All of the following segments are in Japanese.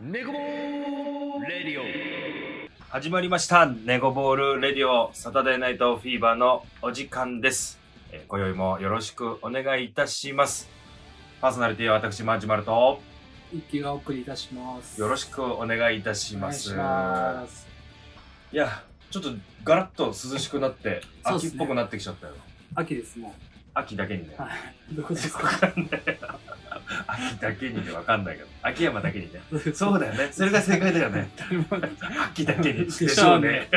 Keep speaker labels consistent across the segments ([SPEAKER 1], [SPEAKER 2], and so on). [SPEAKER 1] ネコボールレディオ
[SPEAKER 2] 始まりました。ネゴボールレディオサタデーナイトフィーバーのお時間です。えー今宵もよろしくお願いいたします。パーソナリティは私、マジマルと、
[SPEAKER 3] 一気がお送りいたします。
[SPEAKER 2] よろ
[SPEAKER 3] し
[SPEAKER 2] しくお願いいたし
[SPEAKER 3] くお
[SPEAKER 2] ま
[SPEAKER 3] 願い
[SPEAKER 2] す。
[SPEAKER 3] し
[SPEAKER 2] い
[SPEAKER 3] ます。
[SPEAKER 2] や、ちょっとガラッと涼しくなって、
[SPEAKER 3] そうっす
[SPEAKER 2] 秋
[SPEAKER 3] ね
[SPEAKER 2] っぽくなってきちゃったよ。
[SPEAKER 3] 秋ですも
[SPEAKER 2] 秋だけにね
[SPEAKER 3] う。。はい。どこですか。
[SPEAKER 2] 秋だけにね、わかんないけど。秋山だけ にね。そうだよね。それが正解だよね。
[SPEAKER 3] 誰も。
[SPEAKER 2] 秋だけに。
[SPEAKER 3] で
[SPEAKER 2] で
[SPEAKER 3] しょうね
[SPEAKER 2] しょうね。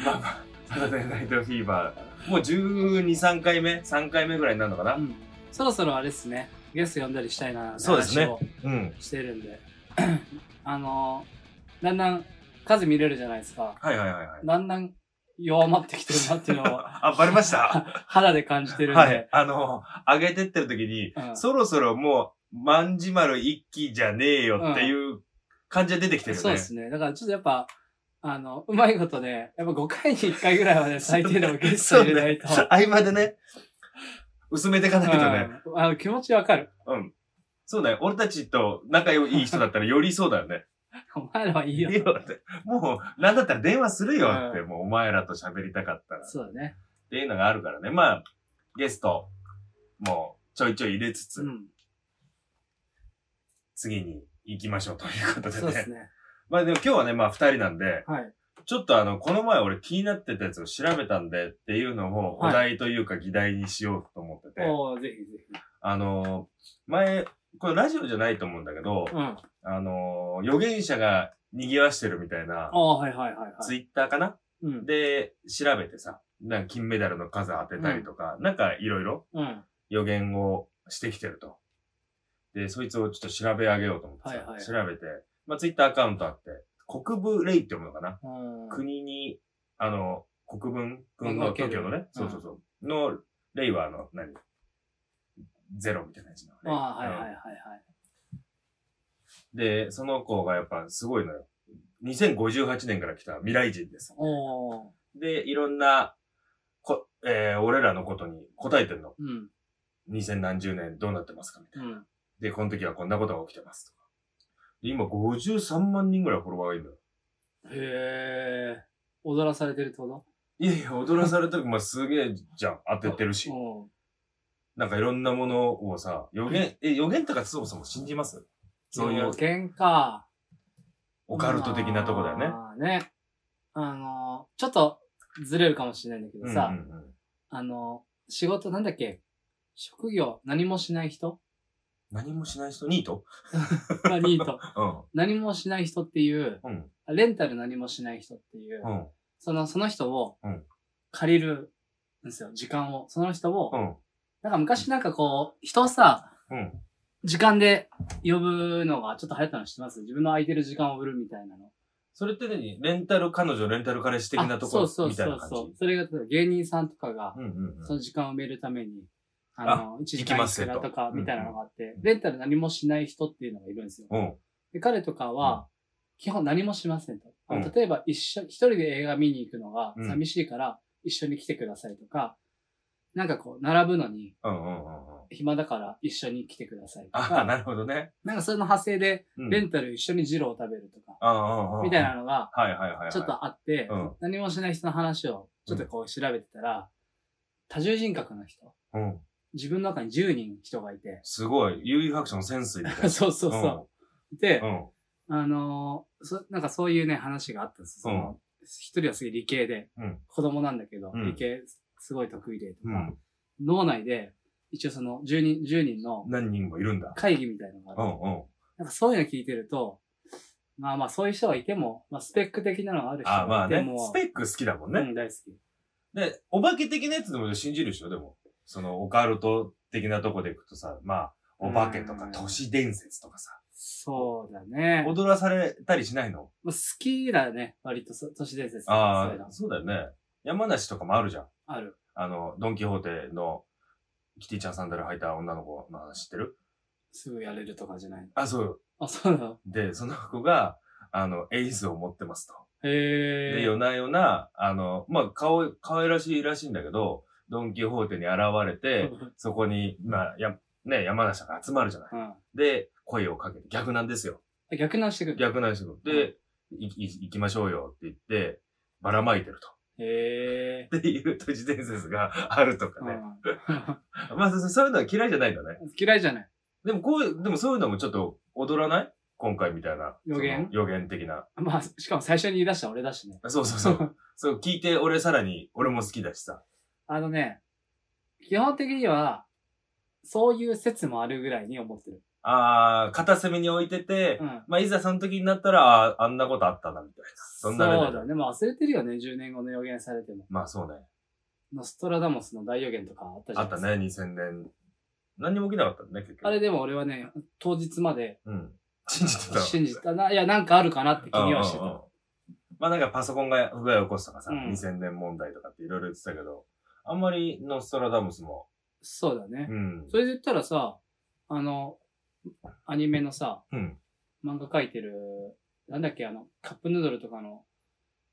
[SPEAKER 2] まあまあ、サタデーナイトフィーバー。もう12、3回目 ?3 回目ぐらいになるのかな、
[SPEAKER 3] うんそろそろあれですね。ゲスト呼んだりしたいな。
[SPEAKER 2] そうですね
[SPEAKER 3] 話を
[SPEAKER 2] うん。
[SPEAKER 3] してるんで。 あのー、だんだん数見れるじゃないですか。
[SPEAKER 2] はいはいはいはい。
[SPEAKER 3] だんだん弱まってきてるなっていうのを
[SPEAKER 2] あ、バレました
[SPEAKER 3] 肌で感じてるんで。
[SPEAKER 2] はい。あの、上げてってる時に、
[SPEAKER 3] うん
[SPEAKER 2] そろそろもう、まんじまる一気じゃねえよっていう感じが出てきてるよね。
[SPEAKER 3] そうですね。だからちょっとやっぱ、あの、うまいことね、やっぱ5回に1回ぐらいはね、最低でもゲスト入れないと。
[SPEAKER 2] そうね合間でね、薄めていかないとね。
[SPEAKER 3] うんあの気持ちわかる。
[SPEAKER 2] うん。そうだよ。俺たちと仲良い人だったらよりそうだよね。
[SPEAKER 3] お前らはいい
[SPEAKER 2] い
[SPEAKER 3] よ
[SPEAKER 2] い。よって。もう、なんだったら電話するよって、
[SPEAKER 3] う
[SPEAKER 2] もうお前らと喋りたかったら。っ
[SPEAKER 3] そうだね。
[SPEAKER 2] ていうのがあるからね。まあ、ゲストもちょいちょい入れつつ、
[SPEAKER 3] うん。
[SPEAKER 2] 次に行きましょうということで
[SPEAKER 3] そうで
[SPEAKER 2] ね
[SPEAKER 3] す。ね。
[SPEAKER 2] まあでも今日はね、まあ二人なんで、
[SPEAKER 3] はい。
[SPEAKER 2] ちょっとあの、この前俺気になってたやつを調べたんでっていうのをお
[SPEAKER 3] はい
[SPEAKER 2] 題というか議題にしようと思ってて、
[SPEAKER 3] おー、ぜひぜ
[SPEAKER 2] あのー前、これラジオじゃないと思うんだけど
[SPEAKER 3] ひ。、うん。
[SPEAKER 2] あのー預言者が賑わしてるみたいな、
[SPEAKER 3] おー、はいはいはいは
[SPEAKER 2] ツ
[SPEAKER 3] い。
[SPEAKER 2] イッターかな
[SPEAKER 3] うん。
[SPEAKER 2] で、調べてさ、なんか金メダルの数当てたりとか、なんかいろいろ
[SPEAKER 3] うん。
[SPEAKER 2] 予言をしてきてると。で、そいつをちょっと調べ上げようと思ってさ、
[SPEAKER 3] はいはい
[SPEAKER 2] 調べて、まあツイッターアカウントあって、国部レイって読むのかな
[SPEAKER 3] うん。
[SPEAKER 2] 国に、あの、国分、軍の
[SPEAKER 3] 分ける
[SPEAKER 2] 東京のね、そうそうそう、の、レイはあの、何ゼロみたいなやつな
[SPEAKER 3] あー、はいはいはい
[SPEAKER 2] うん
[SPEAKER 3] はい。
[SPEAKER 2] で、その子がやっぱすごいのよ。2058年から来た未来人です。
[SPEAKER 3] おー。
[SPEAKER 2] で、いろんな、こ、えー俺らのことに答えてんの。
[SPEAKER 3] うん。
[SPEAKER 2] 2000何十年どうなってますかみたいうな。
[SPEAKER 3] ん。
[SPEAKER 2] で、この時はこんなことが起きてますとか。で今53万人ぐらいフォロワーがいるのよ。
[SPEAKER 3] へー。踊らされてるってこ
[SPEAKER 2] いやいや、踊らされ た時、まあ、すげえじゃん。当ててるし
[SPEAKER 3] と。おー。
[SPEAKER 2] なんかいろんなものをさ、予言、え、予言とかそもそも信じますそういう
[SPEAKER 3] 予言か。
[SPEAKER 2] オカルト的なとこだよね。
[SPEAKER 3] まあね。あのー、ちょっとずれるかもしれないんだけど
[SPEAKER 2] うんうん
[SPEAKER 3] さ、
[SPEAKER 2] うん
[SPEAKER 3] あのー、仕事なんだっけ職業、何もしない人
[SPEAKER 2] 何もしない人、ニート
[SPEAKER 3] まあ、ニート。
[SPEAKER 2] うん。
[SPEAKER 3] 何もしない人っていう、
[SPEAKER 2] うん。
[SPEAKER 3] レンタル何もしない人っていう、
[SPEAKER 2] うん。
[SPEAKER 3] その、その人を
[SPEAKER 2] うん
[SPEAKER 3] 借りるんですよ、時間を。その人を、
[SPEAKER 2] うん。
[SPEAKER 3] なんか昔なんかこう、人をさ、
[SPEAKER 2] うん。
[SPEAKER 3] 時間で呼ぶのがちょっと流行ったの知ってます自分の空いてる時間を売るみたいなの。
[SPEAKER 2] それって何レンタル彼女、レンタル彼氏的なとこ
[SPEAKER 3] あそうそう
[SPEAKER 2] みたい
[SPEAKER 3] そ
[SPEAKER 2] な
[SPEAKER 3] う
[SPEAKER 2] 感じ。
[SPEAKER 3] そう。それが例えば芸人さんとかが、
[SPEAKER 2] うんうん
[SPEAKER 3] そ
[SPEAKER 2] うん。
[SPEAKER 3] の時間を埋めるために、あの、1時
[SPEAKER 2] 行き
[SPEAKER 3] 間
[SPEAKER 2] ま
[SPEAKER 3] い
[SPEAKER 2] すよ
[SPEAKER 3] く
[SPEAKER 2] と
[SPEAKER 3] らとかみたいなのがあって、レンタル何もしない人っていうのがいるんですよ。
[SPEAKER 2] うん。
[SPEAKER 3] で彼とかは、基本何もしませんと。あの
[SPEAKER 2] うん
[SPEAKER 3] 例えば一緒、一人で映画見に行くのが
[SPEAKER 2] うん
[SPEAKER 3] 寂しいから、一緒に来てくださいとか、なんかこう、並ぶのに
[SPEAKER 2] うんうんうんうん。
[SPEAKER 3] 暇だから一緒に来てくださいと
[SPEAKER 2] ああ、
[SPEAKER 3] か、
[SPEAKER 2] なるほどね。
[SPEAKER 3] なんかそれの派生で、
[SPEAKER 2] うん
[SPEAKER 3] レンタル一緒にジローを食べるとか、
[SPEAKER 2] ああ、ああ
[SPEAKER 3] みたい。なのが、
[SPEAKER 2] はいはいはいはい。
[SPEAKER 3] ちょっとあって、
[SPEAKER 2] うん
[SPEAKER 3] 何もしない人の話をちょっとこう調べてたら、多重人格の人、
[SPEAKER 2] うん。、
[SPEAKER 3] 自分の中に10人人がいて
[SPEAKER 2] すごい。悠々白書の潜水みたいな。
[SPEAKER 3] そうそうそうう。で
[SPEAKER 2] ん。う、ん。
[SPEAKER 3] あのーそ、なんかそういうね、話があったんですよ。その、一人はすげえ理系で、
[SPEAKER 2] うん
[SPEAKER 3] 子供なんだけど、
[SPEAKER 2] うん
[SPEAKER 3] 理系すごい得意でとか、
[SPEAKER 2] うん。
[SPEAKER 3] 脳内で、一応その10人、10人の
[SPEAKER 2] 何人もいるんだ。
[SPEAKER 3] 会議みたいなの
[SPEAKER 2] う
[SPEAKER 3] があって、
[SPEAKER 2] んうん。
[SPEAKER 3] なんかそういうの聞いてると、まあまあそういう人がいても、まあスペック的なのがある人
[SPEAKER 2] ああ、ま
[SPEAKER 3] が
[SPEAKER 2] あ
[SPEAKER 3] いて
[SPEAKER 2] ね
[SPEAKER 3] も、。
[SPEAKER 2] スペック好きだもんね。
[SPEAKER 3] うん、大好き。
[SPEAKER 2] で、お化け的なやつでも信じるでしょでも。その、オカルト的なとこでいくとさ、まあ、お化けとか
[SPEAKER 3] うん
[SPEAKER 2] 都市伝説とかさ、
[SPEAKER 3] そうだね。
[SPEAKER 2] 踊らされたりしないの
[SPEAKER 3] まあ、好きだね、割とそ都市伝説とかそう
[SPEAKER 2] あ
[SPEAKER 3] いうの
[SPEAKER 2] あ、そうだよね。山梨とかもあるじゃん。
[SPEAKER 3] ある。
[SPEAKER 2] あの、ドンキホーテのキティちゃんサンダル履いた女の子の話知ってる
[SPEAKER 3] すぐやれるとかじゃないの。
[SPEAKER 2] あ、そう。
[SPEAKER 3] あ、そうなの
[SPEAKER 2] で、その子が、あの、エイズを持ってますと。
[SPEAKER 3] へ
[SPEAKER 2] で、
[SPEAKER 3] え。
[SPEAKER 2] 夜な夜な、あの、まあ、顔、可愛らしいらしいんだけど、ドンキホーテに現れて、そこに、まあ、や、ね、山梨が集まるじゃない。
[SPEAKER 3] うん。
[SPEAKER 2] で、声をかけて、逆なんですよ。
[SPEAKER 3] 逆直してくる。
[SPEAKER 2] 逆なんですよ。で、いい行きましょうよって言って、ばらまいてる
[SPEAKER 3] へえ。
[SPEAKER 2] と。っていう都市伝説があるとか
[SPEAKER 3] う
[SPEAKER 2] ね。
[SPEAKER 3] ん
[SPEAKER 2] まあ、そそういうのは嫌いじゃないんだね。
[SPEAKER 3] 嫌いじゃない。
[SPEAKER 2] でもこう、でもそういうのもちょっと踊らない今回みたいな。
[SPEAKER 3] 予言
[SPEAKER 2] その予言的な。
[SPEAKER 3] まあ、しかも最初に言い出した俺だしね。
[SPEAKER 2] あそうそうそう。そう、聞いて俺さらに、俺も好きだしさ。
[SPEAKER 3] あのね、基本的には、そういう説もあるぐらいに思ってる。
[SPEAKER 2] あー、片隅に置いてて、
[SPEAKER 3] うん。
[SPEAKER 2] まあ、いざその時になったら、あーあんなことあったな、みたいな。そんなレベル
[SPEAKER 3] そうだね。まあ忘れてるよね。10年後の予言されても。
[SPEAKER 2] まあそうね。
[SPEAKER 3] ノストラダモスの大予言とかあったじゃ
[SPEAKER 2] あ
[SPEAKER 3] な
[SPEAKER 2] っ
[SPEAKER 3] いで
[SPEAKER 2] た
[SPEAKER 3] す
[SPEAKER 2] ね
[SPEAKER 3] か。、
[SPEAKER 2] 2000年。何にも起きなかったね、結局。
[SPEAKER 3] あれでも俺はね、当日まで
[SPEAKER 2] うん。信じてた。
[SPEAKER 3] 信じたな。いや、なんかあるかなって気にはして
[SPEAKER 2] うんうんう
[SPEAKER 3] た
[SPEAKER 2] ん。まあなんかパソコンが不具合を起こすとかさ、
[SPEAKER 3] うん
[SPEAKER 2] 2000年問題とかっていろいろ言ってたけど、あんまりノストラダムスも、
[SPEAKER 3] そうだね
[SPEAKER 2] う。ん。
[SPEAKER 3] それで言ったらさ、あの、アニメのさ、
[SPEAKER 2] うん。
[SPEAKER 3] 漫画描いてる、なんだっけ、あの、カップヌードルとかの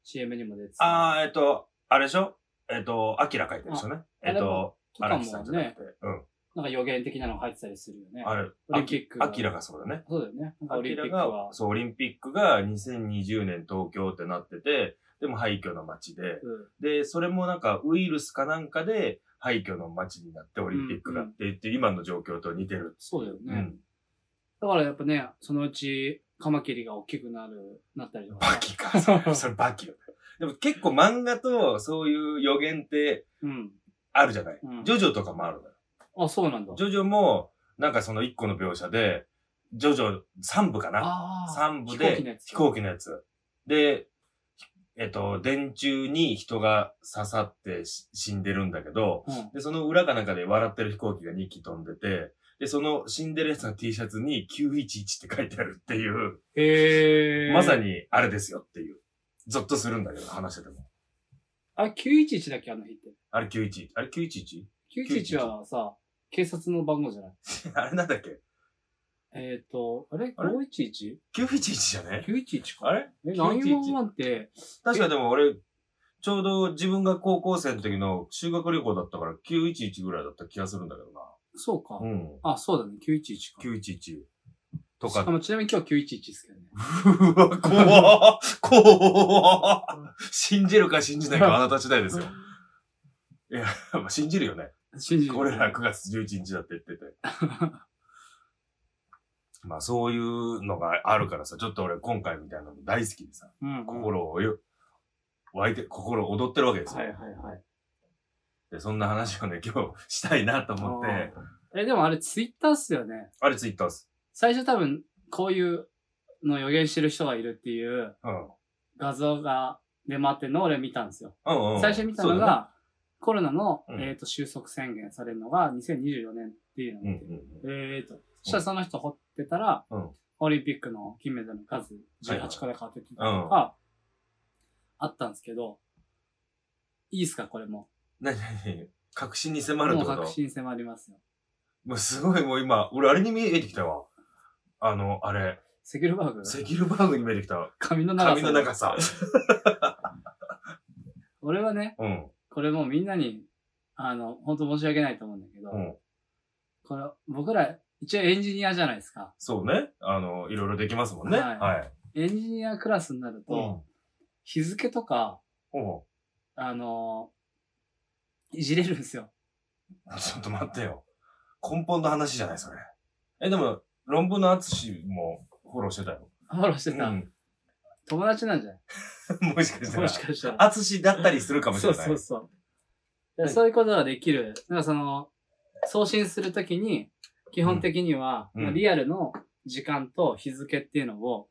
[SPEAKER 3] CM にも出てた。
[SPEAKER 2] ああ、えっと、あれでしょえっと、アキラ書いてるでしょね。
[SPEAKER 3] あ
[SPEAKER 2] えっと、
[SPEAKER 3] とか
[SPEAKER 2] 荒木さん
[SPEAKER 3] も
[SPEAKER 2] じゃな
[SPEAKER 3] ね
[SPEAKER 2] く、て。うん。
[SPEAKER 3] なんか予言的なの入ってたりするよね。
[SPEAKER 2] あれ、
[SPEAKER 3] オリンピックが
[SPEAKER 2] アキラがそうだね。
[SPEAKER 3] そうだよね。なんか
[SPEAKER 2] ア
[SPEAKER 3] オリ
[SPEAKER 2] キ
[SPEAKER 3] ンピッ
[SPEAKER 2] ラが
[SPEAKER 3] クは、、
[SPEAKER 2] そう、オリンピックが2020年東京ってなってて、でも廃墟の街で、
[SPEAKER 3] うん
[SPEAKER 2] で、それもなんかウイルスかなんかで廃墟の街になってオリンピックがあってっていう今の状況と似てる。
[SPEAKER 3] そうだよね、
[SPEAKER 2] うん。
[SPEAKER 3] だからやっぱね、そのうち、カマキリが大きくなる、なったりとか
[SPEAKER 2] バ
[SPEAKER 3] ね。
[SPEAKER 2] キ か。それそれバキよ。でも結構漫画とそういう予言って
[SPEAKER 3] うん。
[SPEAKER 2] あるじゃない、
[SPEAKER 3] うん
[SPEAKER 2] ジョジョとかもあるのよ。
[SPEAKER 3] あ、そうなんだ。
[SPEAKER 2] ジョジョも、なんかその一個の描写で、ジョジョ3部かな
[SPEAKER 3] ああ。
[SPEAKER 2] 三部で
[SPEAKER 3] 飛行機のやつ
[SPEAKER 2] 飛行機のやつ。で、えっと、電柱に人が刺さってし死んでるんだけど、
[SPEAKER 3] うん。
[SPEAKER 2] で、その裏かなんかで笑ってる飛行機が2機飛んでて、で、その死んでるやつの T シャツに911って書いてあるっていう、
[SPEAKER 3] へえ。
[SPEAKER 2] まさ。にあれですよっていう。ゾッとするんだけど、話してても。
[SPEAKER 3] あ、911だっけ、あの日って。
[SPEAKER 2] あれ911? あれ 911?
[SPEAKER 3] 911はさ、警察の番号じゃない。
[SPEAKER 2] あれなんだっけ
[SPEAKER 3] えっ、ー、と、あれ
[SPEAKER 2] あれ
[SPEAKER 3] ?511?911
[SPEAKER 2] ?911 じゃね
[SPEAKER 3] か。
[SPEAKER 2] あれ
[SPEAKER 3] え、911って、
[SPEAKER 2] 確かでも俺、ちょうど自分が高校生の時の修学旅行だったから911ぐらいだった気がするんだけどな。
[SPEAKER 3] そうか。
[SPEAKER 2] うん。
[SPEAKER 3] あ、そうだね、911か。
[SPEAKER 2] 911と
[SPEAKER 3] しか
[SPEAKER 2] か。
[SPEAKER 3] もちなみに今日911ですけどね。
[SPEAKER 2] うわ、怖っ怖っ信じるか信じないかはあなた次第 ですよ。いや、まあ、信じるよね。
[SPEAKER 3] 信じる。
[SPEAKER 2] 俺ら9月11日だって言ってて。 まあそういうのがあるからさ、ちょっと俺今回みたいなの大好きでさ、
[SPEAKER 3] うん、うん。
[SPEAKER 2] 心をよ、湧いて、心躍ってるわけですよ。
[SPEAKER 3] はいはいはい。
[SPEAKER 2] で、そんな話をね、今日したいなと思って、
[SPEAKER 3] え、でもあれツイッターっすよね。
[SPEAKER 2] あれツイッターっす。
[SPEAKER 3] 最初多分、こういうの予言してる人がいるっていう
[SPEAKER 2] うん。
[SPEAKER 3] 画像が出回ってんのを俺見たんですよ。
[SPEAKER 2] うんうん。
[SPEAKER 3] 最初見たの
[SPEAKER 2] そうだね、
[SPEAKER 3] が、コロナの、
[SPEAKER 2] うん
[SPEAKER 3] えっ、と、収束宣言されるのが2024年っていうの
[SPEAKER 2] うん
[SPEAKER 3] が
[SPEAKER 2] う
[SPEAKER 3] 出
[SPEAKER 2] ん
[SPEAKER 3] てえーと。そしたらその人掘ってたら、
[SPEAKER 2] うん
[SPEAKER 3] オリンピックの金メダルの数
[SPEAKER 2] はいはい
[SPEAKER 3] 18個で変わってたりとか、あったんですけど、いいっすか、これも。
[SPEAKER 2] なになに確信に迫るって
[SPEAKER 3] もう
[SPEAKER 2] こと
[SPEAKER 3] 確信迫りますよ。
[SPEAKER 2] もうすごいもう今、俺あれに見えてきたわ。あの、あれ、
[SPEAKER 3] セキュルバーグ
[SPEAKER 2] セキルバーグに見えてきた。
[SPEAKER 3] 髪の長さ。
[SPEAKER 2] 髪の長さ。
[SPEAKER 3] 俺はね、
[SPEAKER 2] うん。
[SPEAKER 3] これもうみんなに、あの、本当申し訳ないと思うんだけど、
[SPEAKER 2] うん。
[SPEAKER 3] これ、僕ら、一応エンジニアじゃないですか。
[SPEAKER 2] そうね。あの、いろいろできますもんね。は。
[SPEAKER 3] はいい
[SPEAKER 2] はい、
[SPEAKER 3] エンジニアクラスになると、日付とか、
[SPEAKER 2] うん。お
[SPEAKER 3] あのいじれるんですよ。
[SPEAKER 2] うちょっと待ってよ。根本の話じゃない、それ。え、でも、論文の淳もフォローしてたよ。
[SPEAKER 3] フォローしてた、
[SPEAKER 2] うん。
[SPEAKER 3] 友達なんじゃない
[SPEAKER 2] もしかした
[SPEAKER 3] も
[SPEAKER 2] ら
[SPEAKER 3] し。かしたら。
[SPEAKER 2] 淳だったりするかもしれない。
[SPEAKER 3] そうそうそうで
[SPEAKER 2] はい
[SPEAKER 3] そういうことができる。なんかその、送信するときに、基本的には、
[SPEAKER 2] うん
[SPEAKER 3] まあリアルの時間と日付っていうのを、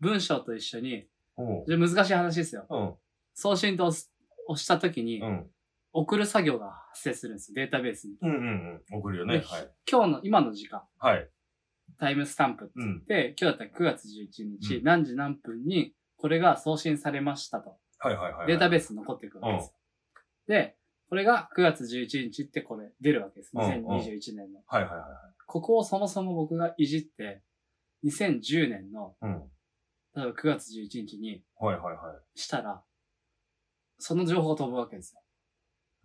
[SPEAKER 3] 文章と一緒に、
[SPEAKER 2] おう
[SPEAKER 3] で難しい話ですよ。
[SPEAKER 2] うん。
[SPEAKER 3] 送信と押す押したときに
[SPEAKER 2] う、ん。
[SPEAKER 3] 送る作業が発生するんですよ、データベースに。
[SPEAKER 2] うんうんうん。送るよね。
[SPEAKER 3] で
[SPEAKER 2] はい。
[SPEAKER 3] 今日の、今の時間、
[SPEAKER 2] はい。
[SPEAKER 3] タイムスタンプって
[SPEAKER 2] う
[SPEAKER 3] 言
[SPEAKER 2] ん
[SPEAKER 3] っ。て、今日だったら9月11日、
[SPEAKER 2] うん
[SPEAKER 3] 何時何分に、これが送信されましたと。
[SPEAKER 2] はいはいはいはい。
[SPEAKER 3] データベースに残っていくわけですよ。で、これが9月11日ってこれ出るわけです。
[SPEAKER 2] うんうん
[SPEAKER 3] 2021年の。
[SPEAKER 2] はいはいはい。
[SPEAKER 3] ここをそもそも僕がいじって、2010年の、
[SPEAKER 2] うん。
[SPEAKER 3] 例えば9月11日に
[SPEAKER 2] はいはいは
[SPEAKER 3] したら、その情報飛ぶわけですよ。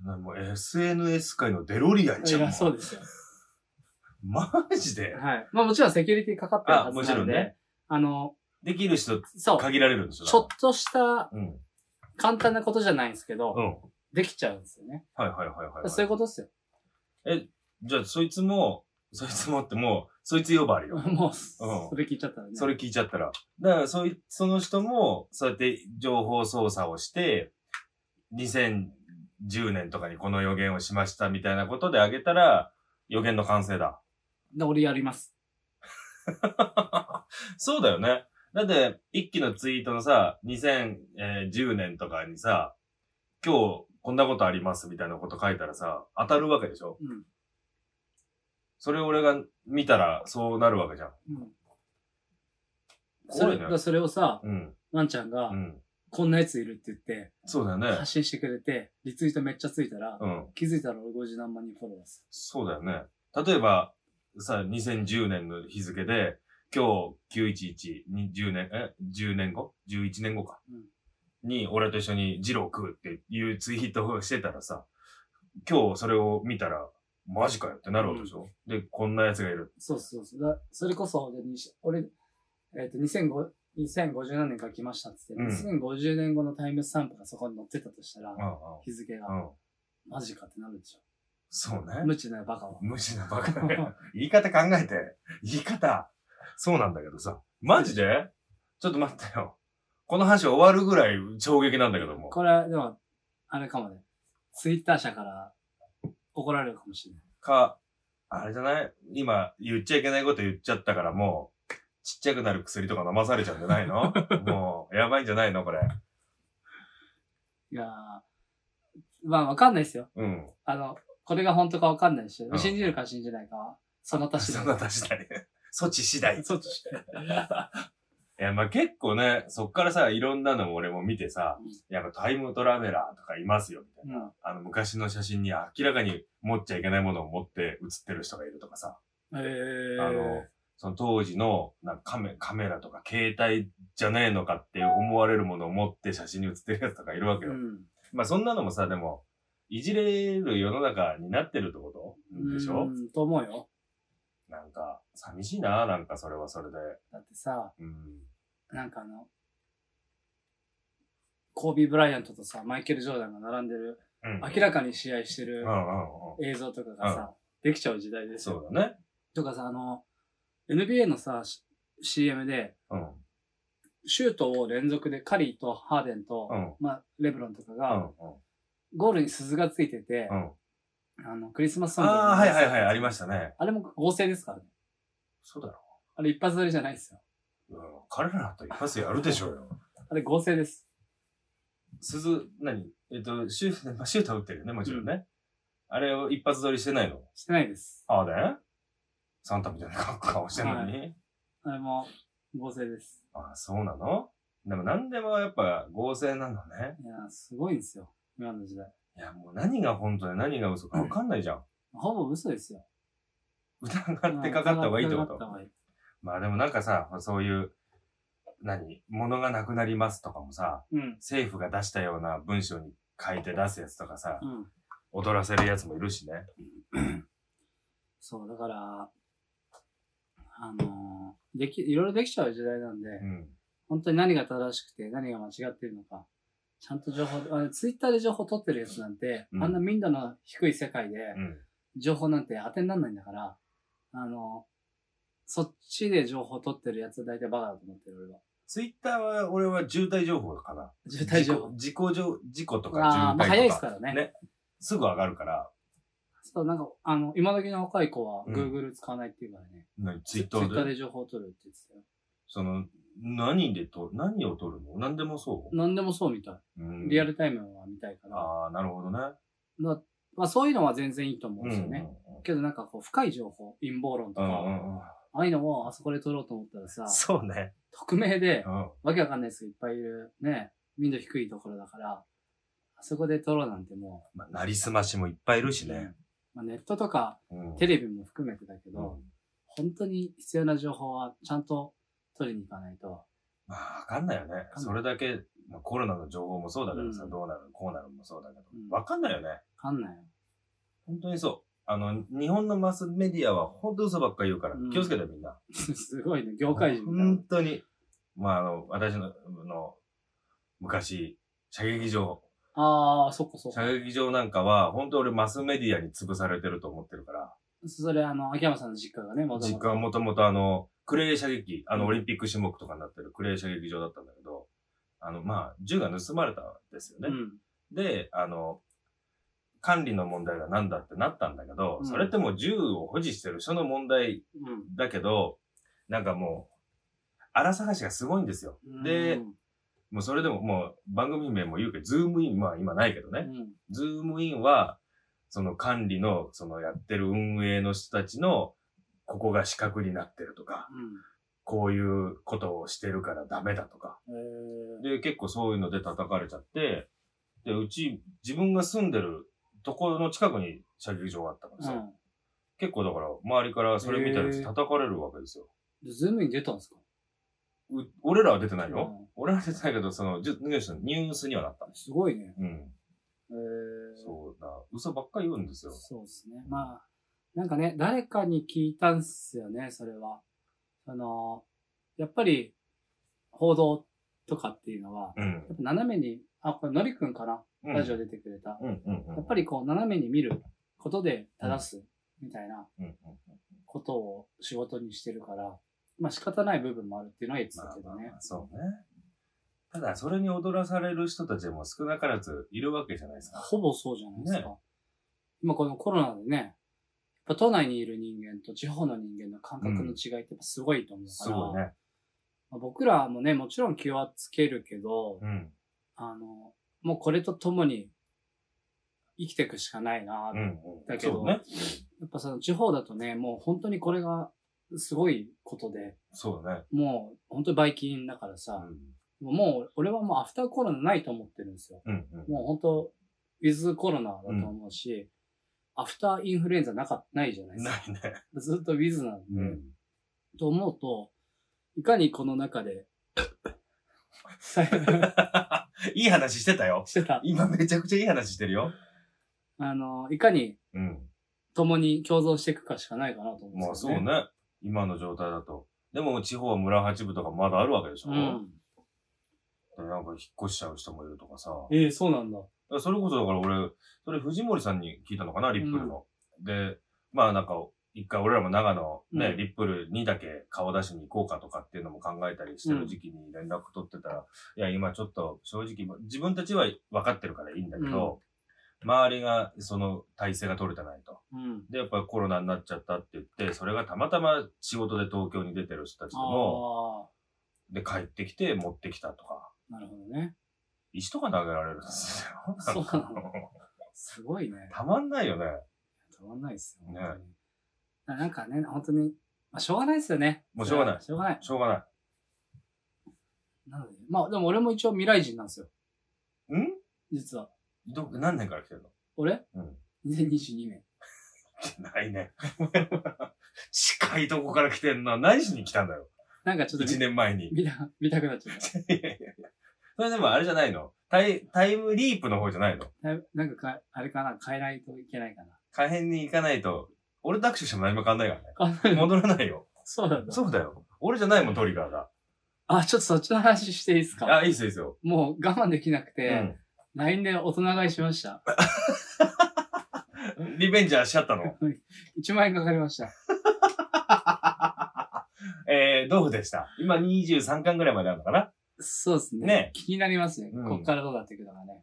[SPEAKER 2] い。なもう SNS 界のデロリアン
[SPEAKER 3] い
[SPEAKER 2] じゃん。
[SPEAKER 3] や、そう
[SPEAKER 2] も
[SPEAKER 3] ですよ。
[SPEAKER 2] マジで
[SPEAKER 3] はい。まあもちろんセキュリティかかってるはずなんで、
[SPEAKER 2] あもちろんね
[SPEAKER 3] あの、
[SPEAKER 2] できる人
[SPEAKER 3] そう、
[SPEAKER 2] 限られるんでしょ
[SPEAKER 3] ちょっとした
[SPEAKER 2] うん。
[SPEAKER 3] 簡単なことじゃないんですけど、
[SPEAKER 2] うん。
[SPEAKER 3] できちゃうんですよね。
[SPEAKER 2] はいはいはいはい、
[SPEAKER 3] そういうことっすよ。
[SPEAKER 2] じゃあ、そいつも、そいつもってもう、そいつ呼ばわりよ。
[SPEAKER 3] もう、それ聞いちゃったらね。
[SPEAKER 2] それ聞いちゃったら。だから、そい、その人も、そうやって情報操作をして、2010年とかにこの予言をしましたみたいなことであげたら、予言の完成だ。
[SPEAKER 3] で、俺やります。
[SPEAKER 2] そうだよね。だって、一期のツイートのさ、2010年とかにさ、今日こんなことありますみたいなこと書いたらさ、当たるわけでしょ
[SPEAKER 3] うん。
[SPEAKER 2] それ俺が見たらそうなるわけじゃん。
[SPEAKER 3] うん。そ
[SPEAKER 2] 怖い
[SPEAKER 3] れ
[SPEAKER 2] ね
[SPEAKER 3] だそれをさ、
[SPEAKER 2] うん。
[SPEAKER 3] ワンちゃんが
[SPEAKER 2] う、ん。
[SPEAKER 3] こんなやついるって言って、
[SPEAKER 2] そうだよね。
[SPEAKER 3] 発信してくれて、リツイートめっちゃついたら、
[SPEAKER 2] うん。
[SPEAKER 3] 気づいたら俺50何万人フォローです。
[SPEAKER 2] そうだよね。例えば、さ、2010年の日付で、今日911、に10年、え ?10 年後 ?11 年後か。
[SPEAKER 3] うん
[SPEAKER 2] に、俺と一緒にジロー食うっていうツイートをしてたらさ、今日それを見たら、マジかよってなるわけでしょ、で、こんな奴がいる。
[SPEAKER 3] そうそうそう。だそれこそ、でにし俺、えっ、と、2005 2050何年か来ましたっつっ
[SPEAKER 2] う
[SPEAKER 3] て、
[SPEAKER 2] ん
[SPEAKER 3] 2050年後のタイムスタンプがそこに載ってたとしたら、
[SPEAKER 2] うん
[SPEAKER 3] 日付が、
[SPEAKER 2] うん。うん。
[SPEAKER 3] マジかってなるでし
[SPEAKER 2] そう
[SPEAKER 3] ょ。
[SPEAKER 2] ね。
[SPEAKER 3] 無知なバカは。
[SPEAKER 2] 無視なバカ ね。言い方考えて。言い方。そうなんだけどさ。マジでちょっと待ってよ。この話終わるぐらい衝撃なんだけども。
[SPEAKER 3] これは、でも、あれかもね。ツイッター社から怒られるかもしれない。
[SPEAKER 2] か、あれじゃない今、言っちゃいけないこと言っちゃったからもう、ちっちゃくなる薬とか飲まされちゃうんじゃない のもう、やばいんじゃないのこれ。
[SPEAKER 3] いやーまあわかんないですよ。
[SPEAKER 2] うん。
[SPEAKER 3] あの、これが本当かわかんないし
[SPEAKER 2] う、ん
[SPEAKER 3] 信じるか信じないかは、その他次
[SPEAKER 2] そ
[SPEAKER 3] 第。
[SPEAKER 2] んな確かに。措置次第。い
[SPEAKER 3] そっちしか
[SPEAKER 2] や、まあ結構ね、そっからさ、いろんなのも俺も見てさ、
[SPEAKER 3] うん
[SPEAKER 2] やっぱタイムトラベラーとかいますよ、みたいな。
[SPEAKER 3] うん。
[SPEAKER 2] あの、昔の写真に明らかに持っちゃいけないものを持って写ってる人がいるとかさ。
[SPEAKER 3] えー、
[SPEAKER 2] あの、その当時のなんかカメカメラとか携帯じゃねえのかって思われるものを持って写真に写ってるやつとかいるわけ
[SPEAKER 3] う
[SPEAKER 2] よ。
[SPEAKER 3] ん。
[SPEAKER 2] まあそんなのもさ、でも、いじれる世の中になってるってことでしょ、
[SPEAKER 3] うんと思うよ。
[SPEAKER 2] なんか、寂しいな、なんかそれはそれで。
[SPEAKER 3] だってさ、
[SPEAKER 2] うん。
[SPEAKER 3] なんかあの、コービー・ブライアントとさ、マイケル・ジョーダンが並んでる、
[SPEAKER 2] うん。
[SPEAKER 3] 明らかに試合して
[SPEAKER 2] う
[SPEAKER 3] る
[SPEAKER 2] んうんうん。
[SPEAKER 3] 映像とかがさ、できちゃう時代ですよ。
[SPEAKER 2] そうだね。
[SPEAKER 3] とかさ、あの、NBA のさ、し CM で、
[SPEAKER 2] うん。
[SPEAKER 3] シュートを連続でカリーとハーデンと、
[SPEAKER 2] うん
[SPEAKER 3] まあ、レブロンとか
[SPEAKER 2] う
[SPEAKER 3] が、
[SPEAKER 2] ん。う
[SPEAKER 3] ゴールに鈴がついてて、
[SPEAKER 2] ん。うん。
[SPEAKER 3] あの、クリスマスソング
[SPEAKER 2] ああ、はいはいはい、ありま
[SPEAKER 3] し
[SPEAKER 2] したね。
[SPEAKER 3] た。あれも合成ですからね。
[SPEAKER 2] そうだろ。
[SPEAKER 3] あれ一発撮りじゃないですよ。
[SPEAKER 2] うん、彼らと一発やるでしょうよ。
[SPEAKER 3] あれ合成です。
[SPEAKER 2] 鈴、何えっと、シュート、まあ、シュートは打ってるよね、もちろんね。あれを一発撮りしてないの
[SPEAKER 3] してないです。
[SPEAKER 2] ああでサンタみたいな顔してんのに、
[SPEAKER 3] あれも合成です。
[SPEAKER 2] ああ、そうなのでも何でもやっぱ合成なのね。
[SPEAKER 3] いやー、すごいんですよ。今の時代。
[SPEAKER 2] いや、もう何が本当で何が嘘かわかんないじゃん。
[SPEAKER 3] ほぼ嘘ですよ。
[SPEAKER 2] 疑ってかかった方がいいってこ
[SPEAKER 3] 疑った
[SPEAKER 2] と
[SPEAKER 3] 方がいい
[SPEAKER 2] まあでもなんかさ、そういう、何物がなくなりますとかもさ、
[SPEAKER 3] うん。
[SPEAKER 2] 政府が出したような文章に書いて出すやつとかさ、
[SPEAKER 3] うん。
[SPEAKER 2] 踊らせるやつもいるしね。
[SPEAKER 3] そう、だから、あのーでき、いろいろできちゃう時代なんで、
[SPEAKER 2] うん。
[SPEAKER 3] 本当に何が正しくて何が間違ってるのか、ちゃんと情報、あのツイッターで情報取ってるやつなんて、
[SPEAKER 2] うん
[SPEAKER 3] あんな民度の低い世界で、
[SPEAKER 2] うん。
[SPEAKER 3] 情報なんて当てにならないんだから、あの、そっちで情報取ってるやつは大体バカだと思ってる、俺は。
[SPEAKER 2] ツイッターは、俺は渋滞情報かな。
[SPEAKER 3] 渋滞情
[SPEAKER 2] 事
[SPEAKER 3] 報。
[SPEAKER 2] 故、事故情事故とか渋滞と
[SPEAKER 3] あ
[SPEAKER 2] か。
[SPEAKER 3] あ、まあ早いですからね。
[SPEAKER 2] ねすぐ上がるから、
[SPEAKER 3] そう、なんか、あの、今時の若い子は
[SPEAKER 2] うん
[SPEAKER 3] Google 使わないっていうからね。
[SPEAKER 2] 何ツイッタ
[SPEAKER 3] ツイ
[SPEAKER 2] ー
[SPEAKER 3] ッター
[SPEAKER 2] で、
[SPEAKER 3] で情報を取るって言ってたよ。
[SPEAKER 2] その、何でと、何を取るの何でもそう、
[SPEAKER 3] 何でもそうみたい。
[SPEAKER 2] うん、
[SPEAKER 3] リアルタイムは見たいから。
[SPEAKER 2] ああ、なるほどね。
[SPEAKER 3] だまあそういうのは全然いいと思うんですよ
[SPEAKER 2] うん
[SPEAKER 3] ね。けどなんかこう深い情報、陰謀論と
[SPEAKER 2] う
[SPEAKER 3] か、
[SPEAKER 2] んう
[SPEAKER 3] あ
[SPEAKER 2] んうん
[SPEAKER 3] あいうのをあそこで取ろうと思ったらさ、
[SPEAKER 2] そうね。
[SPEAKER 3] 匿名で
[SPEAKER 2] うん。
[SPEAKER 3] わけわかんないやつがいっぱいいるね、民度低いところだから、あそこで取ろうなんても
[SPEAKER 2] まあ、なりすましもいっぱいいるし
[SPEAKER 3] う、
[SPEAKER 2] ね。
[SPEAKER 3] まあ、ネットとか
[SPEAKER 2] うん
[SPEAKER 3] テレビも含めてだけ
[SPEAKER 2] う
[SPEAKER 3] ど、
[SPEAKER 2] ん
[SPEAKER 3] 本当に必要な情報はちゃんと取りに行かないと。
[SPEAKER 2] まあ、わかんないよね。
[SPEAKER 3] かんない
[SPEAKER 2] それだけ、まあ、コロナの情報もそうだけどさ、
[SPEAKER 3] うん
[SPEAKER 2] どうなる、こうなるもそうだけど
[SPEAKER 3] うん、
[SPEAKER 2] わかんないよね。
[SPEAKER 3] わかんないよ。
[SPEAKER 2] 本当にそう。あの、日本のマスメディアは本当嘘ばっかり言うから
[SPEAKER 3] うん、
[SPEAKER 2] 気をつけてみんな。
[SPEAKER 3] すごいね、業界人みたいな
[SPEAKER 2] 本当に。まあ、あの、私の、の昔、射撃場、
[SPEAKER 3] ああ、そっかそっか。
[SPEAKER 2] 射撃場なんかは、本当俺マスメディアに潰されてると思ってるから、
[SPEAKER 3] それ、あの、秋山さんの実家がね、もとも
[SPEAKER 2] 実
[SPEAKER 3] と
[SPEAKER 2] 家はもともとあの、クレー射撃、あ
[SPEAKER 3] う
[SPEAKER 2] の、
[SPEAKER 3] ん
[SPEAKER 2] オリンピック種目とかになってるクレー射撃場だったんだけど、あの、まあ、銃が盗まれたんですよね。
[SPEAKER 3] うん。
[SPEAKER 2] で、あの、管理の問題が何だってなったんだけど、
[SPEAKER 3] うん
[SPEAKER 2] それってもう銃を保持してる人の問題
[SPEAKER 3] うん。
[SPEAKER 2] だけど、なんかもう、荒探しがすごいんですよ。で、
[SPEAKER 3] うん、
[SPEAKER 2] もうそれでももう番組名も言うけど、ズームイン、まあ今ないけど
[SPEAKER 3] う
[SPEAKER 2] ね、
[SPEAKER 3] ん
[SPEAKER 2] ズームインは、その管理の、そのやってる運営の人たちの、ここが資格になってるとか、こういうことをしてるからダメだとか。
[SPEAKER 3] うん。えー、
[SPEAKER 2] で、結構そういうので叩かれちゃって、で、うち、自分が住んでるところの近くに射撃場があったから
[SPEAKER 3] う
[SPEAKER 2] さ、
[SPEAKER 3] ん。
[SPEAKER 2] 結構だから周りからそれ見たやつ叩かれるわけですよ。
[SPEAKER 3] で、ズームイン出たんですか
[SPEAKER 2] う俺らは出てないよ。
[SPEAKER 3] うん
[SPEAKER 2] 俺らは出てないけど、その、じゅニュースニュースにはなった。
[SPEAKER 3] すごいね。
[SPEAKER 2] うん。
[SPEAKER 3] えー、
[SPEAKER 2] そうだ。嘘ばっかり言うんですよ。
[SPEAKER 3] そうですね。まあ、なんかね、誰かに聞いたんすよね、それは。あの、やっぱり、報道とかっていうのは、
[SPEAKER 2] うん。
[SPEAKER 3] やっぱ斜めに、あ、これ、のりくんかな、
[SPEAKER 2] うん
[SPEAKER 3] ラジオ出てくれた。
[SPEAKER 2] うんうんうん。
[SPEAKER 3] やっぱりこう、斜めに見ることで正す、みたいな
[SPEAKER 2] うんうん。
[SPEAKER 3] ことを仕事にしてるから、まあ仕方ない部分もあるっていうのは言って
[SPEAKER 2] ま
[SPEAKER 3] た
[SPEAKER 2] あ
[SPEAKER 3] け
[SPEAKER 2] ま
[SPEAKER 3] ど
[SPEAKER 2] あ
[SPEAKER 3] ね。
[SPEAKER 2] まあ、そうね。ただ、それに踊らされる人たちも少なからずいるわけじゃないですか。
[SPEAKER 3] ほぼそうじゃないですか。
[SPEAKER 2] ね
[SPEAKER 3] 今このコロナでね、やっぱ都内にいる人間と地方の人間の感覚の違いってやっぱすごいと思う
[SPEAKER 2] す
[SPEAKER 3] から、
[SPEAKER 2] ごいね。
[SPEAKER 3] まあ僕らもね、もちろん気はつけるけど、
[SPEAKER 2] うん。
[SPEAKER 3] あの、もうこれと共に生きていくしかないな、
[SPEAKER 2] うんうん。
[SPEAKER 3] だけど
[SPEAKER 2] そうね。
[SPEAKER 3] やっぱその地方だとね、もう本当にこれがすごいことで、
[SPEAKER 2] そうだね。
[SPEAKER 3] もう本当にバイキンだから
[SPEAKER 2] う
[SPEAKER 3] さ、
[SPEAKER 2] ん。
[SPEAKER 3] もう俺はもうアフターコロナないと思ってるんですよ。
[SPEAKER 2] うんうん。
[SPEAKER 3] もう本当、ウィズコロナだと思うし、アフターインフルエンザなか、ないじゃないです
[SPEAKER 2] な
[SPEAKER 3] か。
[SPEAKER 2] いね。
[SPEAKER 3] ずっとウィズなんで、
[SPEAKER 2] うん。
[SPEAKER 3] と思うと、いかにこの中で、さ
[SPEAKER 2] いい話してたよ。
[SPEAKER 3] して た。
[SPEAKER 2] 今めちゃくちゃいい話してるよ。
[SPEAKER 3] あの、いかに
[SPEAKER 2] うん。
[SPEAKER 3] 共に共存していくかしかないかなと思うん
[SPEAKER 2] まあ
[SPEAKER 3] です
[SPEAKER 2] そう
[SPEAKER 3] よね。
[SPEAKER 2] ね。今の状態だと。でも地方は村八部とかまだあるわけでしょ。でなんか引っ越しちゃう人もいるとかさ。
[SPEAKER 3] うん。ええそうなんだ。
[SPEAKER 2] だからそれこそだから俺、それ藤森さんに聞いたのかな、リップルの。で、まあなんか、一回俺らも長野、ね、
[SPEAKER 3] うん
[SPEAKER 2] リップルにだけ顔出しに行こうかとかっていうのも考えたりしてる時期に連絡取ってたら、いや、今ちょっと正直、自分たちは分かってるからいいんだけど、周りがその体制が取れてないと。
[SPEAKER 3] うん。
[SPEAKER 2] で、やっぱりコロナになっちゃったって言って、それがたまたま仕事で東京に出てる人たちでも、
[SPEAKER 3] あ
[SPEAKER 2] で、帰ってきて持ってきたとか、
[SPEAKER 3] あ、なるほどね。
[SPEAKER 2] 石とか投げられるんですよ。。
[SPEAKER 3] そうなのすごいね。
[SPEAKER 2] たまんないよね。
[SPEAKER 3] たまんないですよ。
[SPEAKER 2] ね
[SPEAKER 3] 本当にななんかね、本当に、まあ、しょうがないですよね。
[SPEAKER 2] もうしょうがない
[SPEAKER 3] しょうがない。
[SPEAKER 2] しょうがな
[SPEAKER 3] なので、まあでも俺も一応未来人なんですよ。
[SPEAKER 2] い。ん
[SPEAKER 3] 実は。
[SPEAKER 2] ど、何年から来てるの
[SPEAKER 3] 俺
[SPEAKER 2] うん。
[SPEAKER 3] 2022年。
[SPEAKER 2] ないね。近いとこから来てんの何しに来たんだよ。
[SPEAKER 3] なんかちょっと
[SPEAKER 2] 1年前に。い
[SPEAKER 3] 見た、見たくなっちゃった。
[SPEAKER 2] やいやいやそれでもあれじゃないのタイタイムリープの方じゃないの
[SPEAKER 3] だいぶなんかか、あれかな、変えないといけないかな。
[SPEAKER 2] 可変に行かないと、俺と握手しても何も変わんないから ね。
[SPEAKER 3] あ、なんか
[SPEAKER 2] 戻らないよ。
[SPEAKER 3] そうなんだ。
[SPEAKER 2] そうだよ。俺じゃないもん、トリガーが。
[SPEAKER 3] あ、ちょっとそっちの話していいですか
[SPEAKER 2] あ、いいですよ、いいですよ。
[SPEAKER 3] もう我慢できなく
[SPEAKER 2] う
[SPEAKER 3] て、
[SPEAKER 2] ん
[SPEAKER 3] LINE で大人買いしました。
[SPEAKER 2] リベンジャーしちゃったの。
[SPEAKER 3] 1万円かかりました。
[SPEAKER 2] えー、どうでした今23巻ぐらいまであるのかな
[SPEAKER 3] そうですね。
[SPEAKER 2] ね
[SPEAKER 3] 気になりますね。
[SPEAKER 2] うん
[SPEAKER 3] こっからどうなっていくのかね。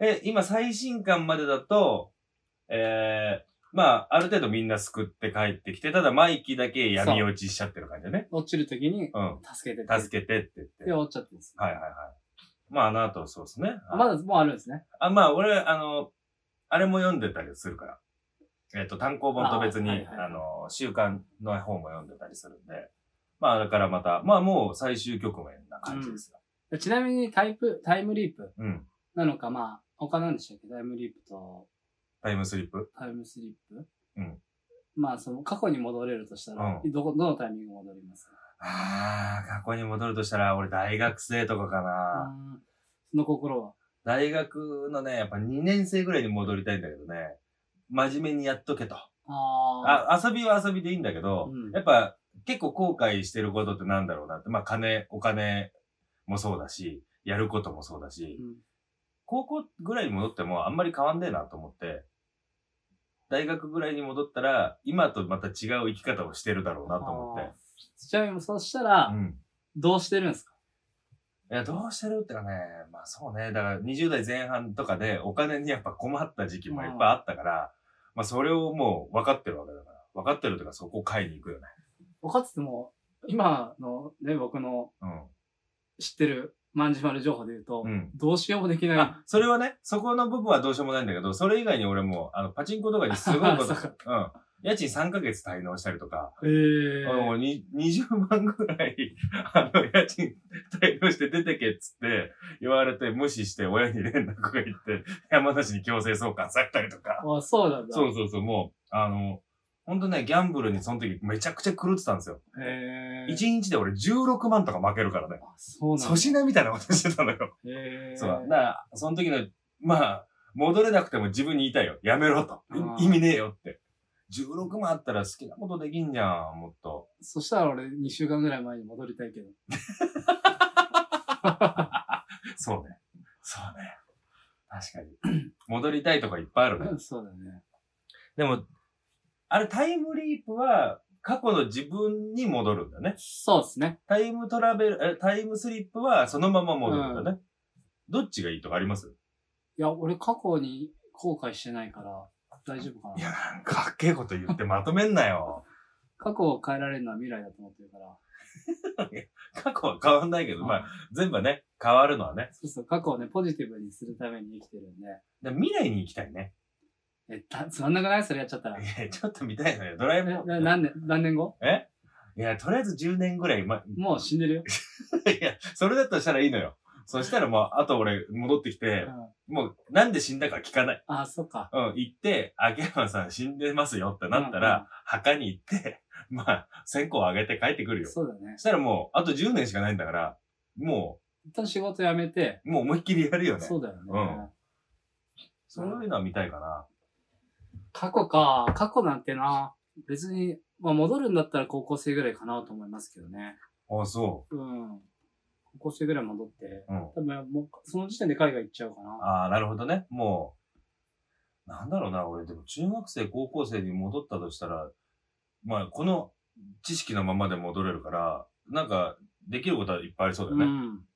[SPEAKER 2] え、今最新巻までだと、えー、まあ、ある程度みんな救って帰ってきて、ただマイキーだけ闇落ちしちゃってる感じだね。
[SPEAKER 3] 落ちるときに、
[SPEAKER 2] うん。
[SPEAKER 3] 助けてて。
[SPEAKER 2] 助けてって言って。
[SPEAKER 3] で、
[SPEAKER 2] はい
[SPEAKER 3] 落ちちゃってです。
[SPEAKER 2] はいはい。まあ、あの後そうですね。
[SPEAKER 3] あまだもうあるんですね。
[SPEAKER 2] あ、まあ、俺、あの、あれも読んでたりするから。えっ、と、単行本と別に、
[SPEAKER 3] あ
[SPEAKER 2] あ,、
[SPEAKER 3] はいはいはい
[SPEAKER 2] の、週刊の方も読んでたりするんで。まあ、だからまた、まあもう最終局面な感じですよ。
[SPEAKER 3] ちなみにタイプ、タイムリープ
[SPEAKER 2] うん。
[SPEAKER 3] なのか、まあ、他なんでしたっけタイムリープと
[SPEAKER 2] タイムスリップ
[SPEAKER 3] タイムスリップ
[SPEAKER 2] うん。
[SPEAKER 3] まあ、その過去に戻れるとしたら、
[SPEAKER 2] う
[SPEAKER 3] どこ、どのタイミング戻ります
[SPEAKER 2] ああ、過去に戻るとしたら、俺大学生とかかな。
[SPEAKER 3] うんその心は。
[SPEAKER 2] 大学のね、やっぱ2年生ぐらいに戻りたいんだけどね。真面目にやっとけと。
[SPEAKER 3] あ
[SPEAKER 2] あ、遊びは遊びでいいんだけど、
[SPEAKER 3] うん
[SPEAKER 2] やっぱ結構後悔してることってなんだろうなって、まあ金、お金もそうだし、やることもそうだし、
[SPEAKER 3] うん
[SPEAKER 2] 高校ぐらいに戻ってもあんまり変わんねえなと思って、大学ぐらいに戻ったら、今とまた違う生き方をしてるだろうなと思って。
[SPEAKER 3] ーちなみに、そしたら
[SPEAKER 2] う、ん。
[SPEAKER 3] どうしてるんですか
[SPEAKER 2] いや、どうしてるってかね、まあそうね、だから20代前半とかでお金にやっぱ困った時期もいっぱいあったから、まあそれをもう分かってるわけだから、分かってるというかそこを買いに行くよね。
[SPEAKER 3] 分かってても、今のね、僕の
[SPEAKER 2] うん。
[SPEAKER 3] 知ってる万事丸情報で言うと、
[SPEAKER 2] うん
[SPEAKER 3] どうしようもできない。
[SPEAKER 2] あ、それはね、そこの部分はどうしようもないんだけど、それ以外に俺も、あの、パチンコとかにすごいこと、
[SPEAKER 3] そううか
[SPEAKER 2] ん。家賃3ヶ月滞納したりとか、
[SPEAKER 3] え
[SPEAKER 2] あ
[SPEAKER 3] え
[SPEAKER 2] のもうに20万ぐらい、 あの、家賃滞納して出てけっつって言われて無視して親に連絡が行って、山梨に強制送還されたりとか。
[SPEAKER 3] あ、そうなんだ。
[SPEAKER 2] そうそうそう、もう、あの、ほんとね、ギャンブルにその時めちゃくちゃ狂ってたんですよ。
[SPEAKER 3] へえ。
[SPEAKER 2] 1日で俺16万とか負けるからね。
[SPEAKER 3] あそうなんだ。
[SPEAKER 2] 粗品みたいなことしてたのよ。
[SPEAKER 3] へえ。
[SPEAKER 2] そうだ。だから、その時の、まあ、戻れなくても自分に言いたいよ。やめろと
[SPEAKER 3] あ。ー
[SPEAKER 2] い意味ねえよって。16万あったら好きなことできんじゃん、もっと。
[SPEAKER 3] そしたら俺2週間ぐらい前に戻りたいけど。
[SPEAKER 2] そうね。そうね。確かに。 戻りたいとかいっぱいあるね
[SPEAKER 3] う。ん、そうだね。
[SPEAKER 2] でも、あれタイムリープは過去の自分に戻るんだね。
[SPEAKER 3] そうですね。
[SPEAKER 2] タイムトラベル、え、タイムスリップはそのまま戻るんだね。どっちがいいとかあります
[SPEAKER 3] いや、俺過去に後悔してないから大丈夫か
[SPEAKER 2] いや、
[SPEAKER 3] な。
[SPEAKER 2] なんかかっけえこと言ってまとめんなよ。
[SPEAKER 3] 過去を変えられるのは未来だと思ってるから。
[SPEAKER 2] 過去は変わんないけど、まあ、
[SPEAKER 3] あ、
[SPEAKER 2] 全部ね、変わるのはね。
[SPEAKER 3] そうそう、過去をね、ポジティブにするために生きてるんで。
[SPEAKER 2] だから未来に行きたいね。
[SPEAKER 3] え、たつまんなくないそれやっちゃったら。
[SPEAKER 2] いや、ちょっと見たいのよ。ドラえも
[SPEAKER 3] え
[SPEAKER 2] ん。
[SPEAKER 3] な何年、何年後
[SPEAKER 2] えいや、とりあえず10年ぐらい、ま、
[SPEAKER 3] もう死んでるよ。
[SPEAKER 2] いや、それだとしたらいいのよ。そしたらもう、あと俺、戻ってき
[SPEAKER 3] う
[SPEAKER 2] て、
[SPEAKER 3] ん、
[SPEAKER 2] もう、なんで死んだか聞かない。
[SPEAKER 3] あ、そっか。
[SPEAKER 2] うん、行って、秋山さん死んでますよってなったら、
[SPEAKER 3] うんうん
[SPEAKER 2] 墓に行って、まあ、線香をあげて帰ってくるよ。そ
[SPEAKER 3] そうだね。
[SPEAKER 2] したらもう、あと10年しかないんだから、も
[SPEAKER 3] 一旦仕事辞めて、
[SPEAKER 2] う、もう思いっきりやるよね。
[SPEAKER 3] そ
[SPEAKER 2] そう
[SPEAKER 3] うだよね。
[SPEAKER 2] うんそういうのは見たいかな。
[SPEAKER 3] 過去か。過去なんてな、別に、まあ戻るんだったら高校生ぐらいかなと思いますけどね。
[SPEAKER 2] あ、そ
[SPEAKER 3] うん。高校生ぐらい戻って、
[SPEAKER 2] う。うん。
[SPEAKER 3] 多分もうその時点で海外行っちゃうかな。
[SPEAKER 2] ああ、なるほどね。もう、なんだろうな、俺、でも中学生、高校生に戻ったとしたら、まあ、この知識のままで戻れるから、なんか、できることはいっぱいありそうだよ
[SPEAKER 3] う
[SPEAKER 2] ね。
[SPEAKER 3] ん。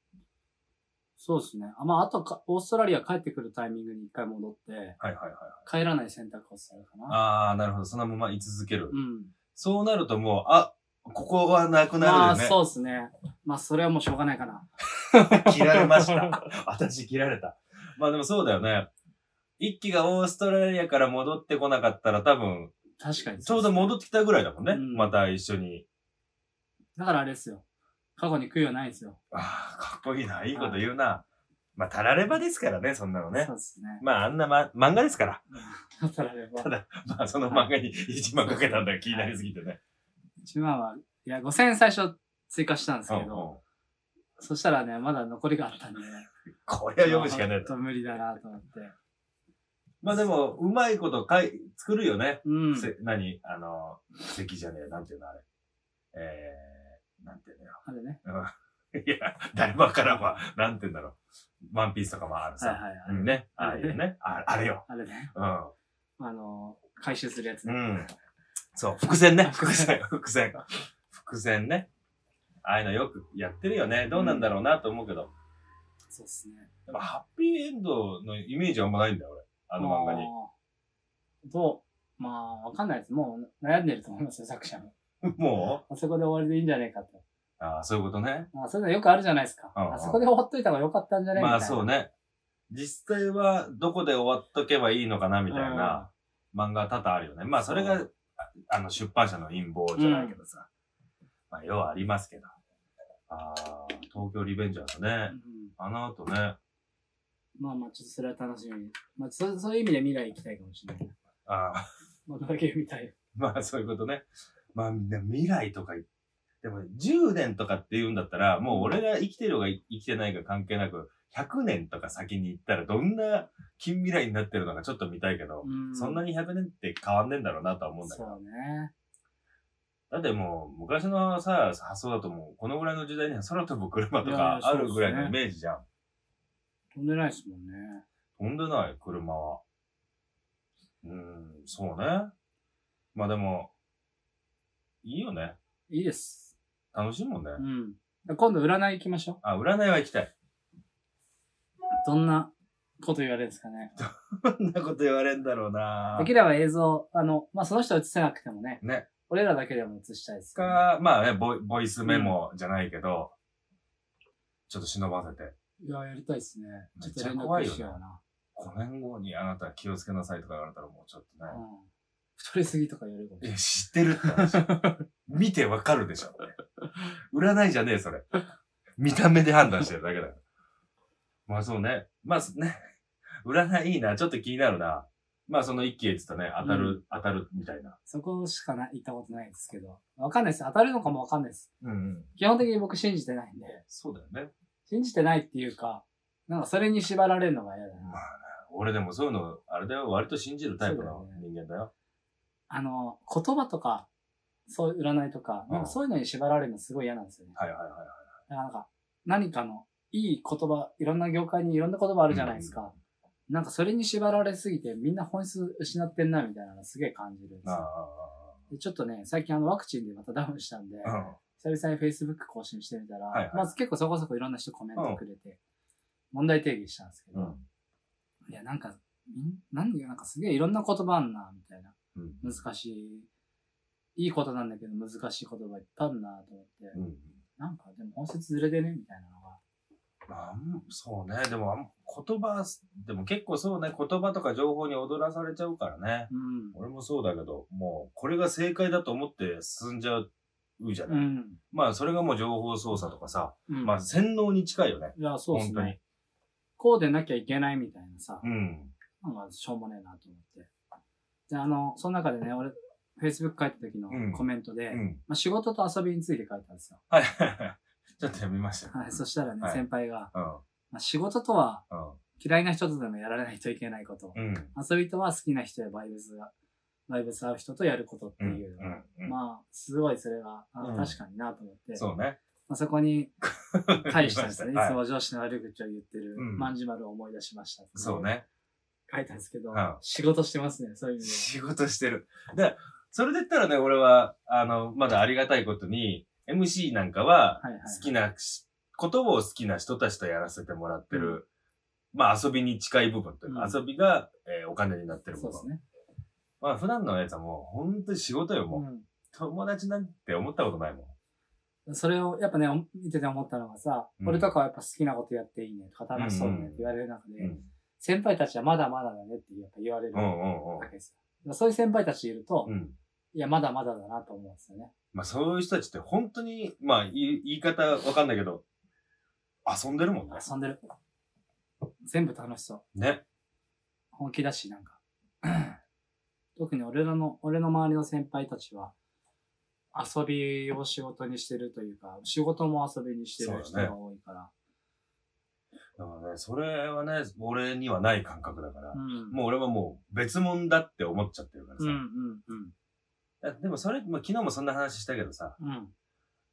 [SPEAKER 3] そうですね。あ、まあ、あとか、オーストラリア帰ってくるタイミングに一回戻って、
[SPEAKER 2] はいはいはい。
[SPEAKER 3] 帰らない選択をするかな。
[SPEAKER 2] ああ、なるほど。そのまま居続ける。
[SPEAKER 3] うん。
[SPEAKER 2] そうなるともう、あ、ここはなく
[SPEAKER 3] ま
[SPEAKER 2] な
[SPEAKER 3] あ、
[SPEAKER 2] るよね。
[SPEAKER 3] そうですね。まあ、それはもうしょうがないかな。
[SPEAKER 2] 切られました。私切られた。まあでもそうだよね。一期がオーストラリアから戻ってこなかったら多分、
[SPEAKER 3] 確かに。
[SPEAKER 2] ちょうど戻ってきたぐらいだもんね。
[SPEAKER 3] うん
[SPEAKER 2] また一緒に。
[SPEAKER 3] だからあれですよ。過去に悔いはないんですよ。
[SPEAKER 2] ああ、かっこいいな。いいこと言うな。まあ、たらればですからね、そんなのね
[SPEAKER 3] そう。ですね。
[SPEAKER 2] まあ、あんな、ま、漫画ですから。
[SPEAKER 3] だからやっぱ
[SPEAKER 2] ただ、まあ、その漫画に一万かけたんだが気になりすぎてね。
[SPEAKER 3] 1万は、いや、5000円最初追加したんです
[SPEAKER 2] うんう
[SPEAKER 3] け
[SPEAKER 2] ん
[SPEAKER 3] ど、そしたらね、まだ残りがあったんで、
[SPEAKER 2] これは読むしかない
[SPEAKER 3] ちょっと無理だなと思って。
[SPEAKER 2] まあ、でも、うまいことかい、作るよね。
[SPEAKER 3] うん。
[SPEAKER 2] せ何あの、席じゃねえ、なんていうのあれ。えー、なんていうのよ。
[SPEAKER 3] あれね。
[SPEAKER 2] うんいや、誰もわからんわ。なんていうんだろう。ワンピースとかもある
[SPEAKER 3] はい
[SPEAKER 2] さ。
[SPEAKER 3] はい
[SPEAKER 2] うん
[SPEAKER 3] はい。
[SPEAKER 2] ね。ああいうね。ああれよ。
[SPEAKER 3] あれね。
[SPEAKER 2] うん。
[SPEAKER 3] あの、回収するやつ
[SPEAKER 2] う
[SPEAKER 3] ね。
[SPEAKER 2] ん。そう、伏 線ね。伏線、伏線。伏線ね。ああいうのよくやってるよね。どうなんだろうなと思うけど。
[SPEAKER 3] そうっすね。
[SPEAKER 2] でもハッピーエンドのイメージはあんまないんだよ、俺。あの漫画に。
[SPEAKER 3] もう。どうまあ、わかんないです。もう悩んでると思いますよ、作者も。
[SPEAKER 2] も
[SPEAKER 3] あそこで終わりでいいんじゃないかと。
[SPEAKER 2] うああ、そういうことね。
[SPEAKER 3] まあ、そういうのよくあるじゃないですか。
[SPEAKER 2] うんうん
[SPEAKER 3] あそこで終わっといた方が良かったんじゃないみた
[SPEAKER 2] ま
[SPEAKER 3] いな。
[SPEAKER 2] あそうね。実際はどこで終わっとけばいいのかな、みたいな漫画は多々あるよね。まあそれが、ああの、出版社の陰謀じゃないけどさ。まあ、要はありますけど。ああ、東京リベンジャーズ
[SPEAKER 3] う
[SPEAKER 2] ね。
[SPEAKER 3] ん。
[SPEAKER 2] あの後ね。
[SPEAKER 3] まあまあ、ちょっとそれは楽しみに。まあ、そそういう意味で未来行きたいかもしれない。
[SPEAKER 2] ああ、
[SPEAKER 3] まあ、だけみたい。
[SPEAKER 2] まあそういうことね。まあみんな未来とか言っ、でもね10年とかって言うんだったら、もう俺が生きてるか生きてないか関係なく、 100年とか先に行ったらどんな近未来になってるのかちょっと見たいけど、そんな
[SPEAKER 3] に
[SPEAKER 2] に100年って変わんねえんだろうなとは思うんだけ
[SPEAKER 3] そ
[SPEAKER 2] ど。
[SPEAKER 3] うね。
[SPEAKER 2] だってもう、昔のさ、発想だともう、このぐらいの時代には空飛ぶ車と
[SPEAKER 3] いや
[SPEAKER 2] か
[SPEAKER 3] いや
[SPEAKER 2] あるぐらい
[SPEAKER 3] そう
[SPEAKER 2] の
[SPEAKER 3] で
[SPEAKER 2] イ
[SPEAKER 3] す
[SPEAKER 2] メージじゃん。
[SPEAKER 3] 飛んでないですもんね。
[SPEAKER 2] 飛んでない、車は。うーん、そうね。まあでも、いいよね。
[SPEAKER 3] いいです。
[SPEAKER 2] 楽しいもんね。
[SPEAKER 3] うん。今度占い行きましょう。
[SPEAKER 2] あ、占いは行きたい。
[SPEAKER 3] どんなこと言われるんですかね。
[SPEAKER 2] そんなこと言われんだろうな
[SPEAKER 3] できれば映像、あの、まあ、その人映せなくてもね、
[SPEAKER 2] ね。
[SPEAKER 3] 俺らだけでも映したいです、ね。
[SPEAKER 2] か、まあねボイ、ボイスメモじゃないけど、ちょっと忍ばせて。
[SPEAKER 3] いや、やりたいですね。
[SPEAKER 2] めっちゃ怖いよね
[SPEAKER 3] ちょっと連絡しような。
[SPEAKER 2] 5年後にあなた気をつけなさいとか言われたらもうちょっとね。
[SPEAKER 3] うん。太りすぎとか言われるかもしれ
[SPEAKER 2] い
[SPEAKER 3] ない
[SPEAKER 2] や、知ってるって話。見てわかるでしょ。占いじゃねえ、それ。見た目で判断してるだけだから。まあそうね。まあすね。占いいいな。ちょっと気になるな。まあその一気へっつったね、当たる、
[SPEAKER 3] う
[SPEAKER 2] 当たるみたいな。
[SPEAKER 3] そこしかな行ったことないですけど。わかんないです。当たるのかもわかんないです。
[SPEAKER 2] うんうん。
[SPEAKER 3] 基本的に僕信じてないんで。
[SPEAKER 2] そうだよね。
[SPEAKER 3] 信じてないっていうか、なんかそれに縛られるのが嫌だ
[SPEAKER 2] まあね
[SPEAKER 3] な。。
[SPEAKER 2] 俺でもそういうの、あれだよ。割と信じるタイプ
[SPEAKER 3] そう
[SPEAKER 2] の
[SPEAKER 3] だよね
[SPEAKER 2] 人間だよ。
[SPEAKER 3] あの、言葉とか、そういう占いとか、なんかそういうのに縛られるのすごい嫌なんですよね。
[SPEAKER 2] はいはいはいはい。
[SPEAKER 3] だからなんか、何かのいい言葉、いろんな業界にいろんな言葉あるじゃないですか。なんかそれに縛られすぎてみんな本質失ってんなみたいなのすげえ感じるんです
[SPEAKER 2] あああ
[SPEAKER 3] よ。でちょっとね、最近あのワクチンでまたダウンしたんで、
[SPEAKER 2] あああ。
[SPEAKER 3] 久々に Facebook 更新してみたら、
[SPEAKER 2] はいはい
[SPEAKER 3] まず結構そこそこいろんな人コメントくれて、問題定義したんですけ
[SPEAKER 2] う
[SPEAKER 3] ど、
[SPEAKER 2] ん。うん。
[SPEAKER 3] いや、なんか、んなんなんかすげえいろんな言葉あんな、みたいな。
[SPEAKER 2] うん。
[SPEAKER 3] 難しい。いいことなんだけど難しい言葉いっぱいあるなと思って、
[SPEAKER 2] うん。
[SPEAKER 3] なんかでも本質ずれてねみたいなのが。
[SPEAKER 2] まあ、うんそうね。でも、あん言葉、でも結構そうね、言葉とか情報に踊らされちゃうからね。
[SPEAKER 3] うん。
[SPEAKER 2] 俺もそうだけど、もう、これが正解だと思って進んじゃうじゃない。
[SPEAKER 3] うん。
[SPEAKER 2] まあ、それがもう情報操作とかさ、
[SPEAKER 3] うん、
[SPEAKER 2] まあ、洗脳に近いよね。
[SPEAKER 3] いや、そうです
[SPEAKER 2] 本当に
[SPEAKER 3] ね。こうでなきゃいけないみたいなさ
[SPEAKER 2] う、ん。
[SPEAKER 3] なんかしょうもねえなと思って。で、あの、その中でね、俺、Facebook 書いた時の
[SPEAKER 2] うん
[SPEAKER 3] コメントで、
[SPEAKER 2] うん。
[SPEAKER 3] まあ、仕事と遊びについて書いたんですよ。
[SPEAKER 2] はい はいはい。ちょっと読みましたよ。
[SPEAKER 3] はい、そしたらね、
[SPEAKER 2] はい
[SPEAKER 3] 先輩が、
[SPEAKER 2] うん。
[SPEAKER 3] まあ、仕事とは
[SPEAKER 2] うん。
[SPEAKER 3] 嫌いな人とでもやらないといけないこと。
[SPEAKER 2] うん。
[SPEAKER 3] 遊びとは好きな人やバイブスが、バイブス合う人とやることって
[SPEAKER 2] うん。
[SPEAKER 3] いうう。
[SPEAKER 2] んうん
[SPEAKER 3] まあ、すごいそれが、あ
[SPEAKER 2] うん
[SPEAKER 3] 確かになと思って、
[SPEAKER 2] そうね。
[SPEAKER 3] まあ、そこに対してですね、い
[SPEAKER 2] はい
[SPEAKER 3] つも上司の悪口を言ってる、
[SPEAKER 2] うん
[SPEAKER 3] まんじまるを思い出しました。
[SPEAKER 2] そう。ね。
[SPEAKER 3] 書いたんですけど、
[SPEAKER 2] うん
[SPEAKER 3] 仕事してますね、そういう意味
[SPEAKER 2] 仕事してる。で、それで言ったらね、俺は、あの、まだありがたいことに、MC なんかは
[SPEAKER 3] はいはいはい、
[SPEAKER 2] 好きなしことを好きな人たちとやらせてもらってる、まあ遊びに近い部分というか、
[SPEAKER 3] うん
[SPEAKER 2] 遊びが、えーお金になって
[SPEAKER 3] で。
[SPEAKER 2] る部
[SPEAKER 3] そうで
[SPEAKER 2] 分。
[SPEAKER 3] すね。
[SPEAKER 2] まあ普段のやつはもう、本当に仕事よ、もう。
[SPEAKER 3] う
[SPEAKER 2] 友達なんて思ったことないもん。
[SPEAKER 3] ん。それを、やっぱね、お見てて思ったのがさ、
[SPEAKER 2] うん
[SPEAKER 3] 俺とかはやっぱ好きなことやっていいねとか、楽しそうだねって言われる中で、
[SPEAKER 2] うん。
[SPEAKER 3] 先輩たちはまだまだだねってやっぱ言われる
[SPEAKER 2] うんう
[SPEAKER 3] わ
[SPEAKER 2] ん
[SPEAKER 3] けですよ。そういう先輩たちいると、
[SPEAKER 2] うん。うん。
[SPEAKER 3] いや、まだまだだなと思うんですよね。
[SPEAKER 2] まあそういう人たちって本当に、まあ言い言い方わかんないけど、遊んでるもんね。
[SPEAKER 3] 遊んでる。全部楽しそう。
[SPEAKER 2] ね。
[SPEAKER 3] 本気だし、なんか。 特に俺らの、俺の周りの先輩たちは、遊びを仕事にしてるというか、仕事も遊びにしてる人
[SPEAKER 2] そうだね
[SPEAKER 3] が多いから。
[SPEAKER 2] だからね、それはね、俺にはない感覚だから
[SPEAKER 3] う、ん。
[SPEAKER 2] もう俺はもう別物だって思っちゃってるから
[SPEAKER 3] うん、うん
[SPEAKER 2] さ。、だでもそれ、まあ、昨日もそんな話したけどさ、
[SPEAKER 3] うん。うん。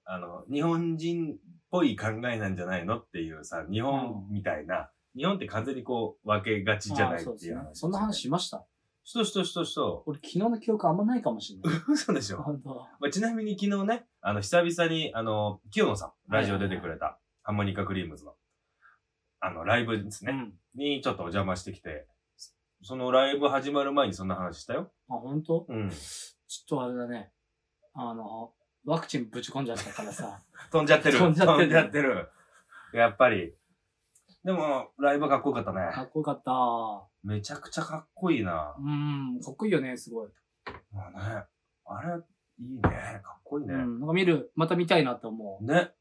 [SPEAKER 2] あの、日本人っぽい考えなんじゃないのっていうさ、日本みたいな、日本って完全にこう分けがちじゃ
[SPEAKER 3] あ
[SPEAKER 2] な
[SPEAKER 3] あ
[SPEAKER 2] い
[SPEAKER 3] そうで
[SPEAKER 2] ってい
[SPEAKER 3] す
[SPEAKER 2] う
[SPEAKER 3] ね
[SPEAKER 2] 話。
[SPEAKER 3] そんな話しました
[SPEAKER 2] しとしとしとしと。
[SPEAKER 3] 俺昨日の記憶あんまないかもし れない。
[SPEAKER 2] 嘘でしょ、
[SPEAKER 3] 本当
[SPEAKER 2] まあ、ちなみに昨日ね、あの、久々に、あの、清野さん、ラジオ出てくれた、ハーモニカクリームズの、あの、ライブです
[SPEAKER 3] う
[SPEAKER 2] ね、
[SPEAKER 3] ん。
[SPEAKER 2] にちょっとお邪魔してきて、そのライブ始まる前にそんな話したよ。
[SPEAKER 3] あ、本当
[SPEAKER 2] うん。
[SPEAKER 3] ちょっとあれだね。あの、ワクチンぶち込んじゃったから さ。
[SPEAKER 2] 飛んじゃってる。
[SPEAKER 3] 飛んじゃって
[SPEAKER 2] 飛
[SPEAKER 3] る
[SPEAKER 2] んじゃってる。やっぱり。でも、ライブかっこよかった
[SPEAKER 3] か
[SPEAKER 2] ね。
[SPEAKER 3] っこよかった。
[SPEAKER 2] めちゃくちゃかっこいいな。
[SPEAKER 3] うん、かっこいいよね、すごい。
[SPEAKER 2] まあね。あれ、いいね。かっこいいね。
[SPEAKER 3] うん、なんか見る、また見たいなって思う。
[SPEAKER 2] ね。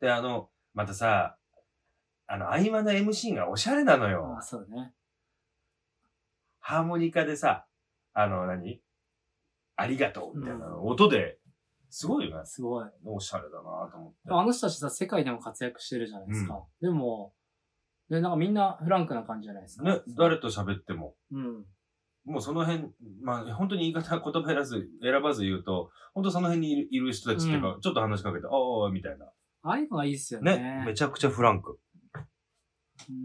[SPEAKER 2] で、あの、またさ、あの、合間の MC がおしゃれなのよ。
[SPEAKER 3] あ、そうだね。
[SPEAKER 2] ハーモニカでさ、あの、何ありがとうみたいなの、音で、すごいよね。
[SPEAKER 3] すごい。
[SPEAKER 2] おしゃれだなと思って。
[SPEAKER 3] あの人たちさ、世界でも活躍してるじゃないですか。でも、で、なんかみんなフランクな感じじゃないですか。
[SPEAKER 2] ね、誰と喋っても。
[SPEAKER 3] うん。
[SPEAKER 2] もうその辺、まあ、本当に言い方、言葉選ばず、選ばず言うと、本当その辺にいるいる人たちっていうか、ちょっと話しかけて、ああ、みたいな。
[SPEAKER 3] ああいうのがいいっすよね。
[SPEAKER 2] ね、めちゃくちゃフランク。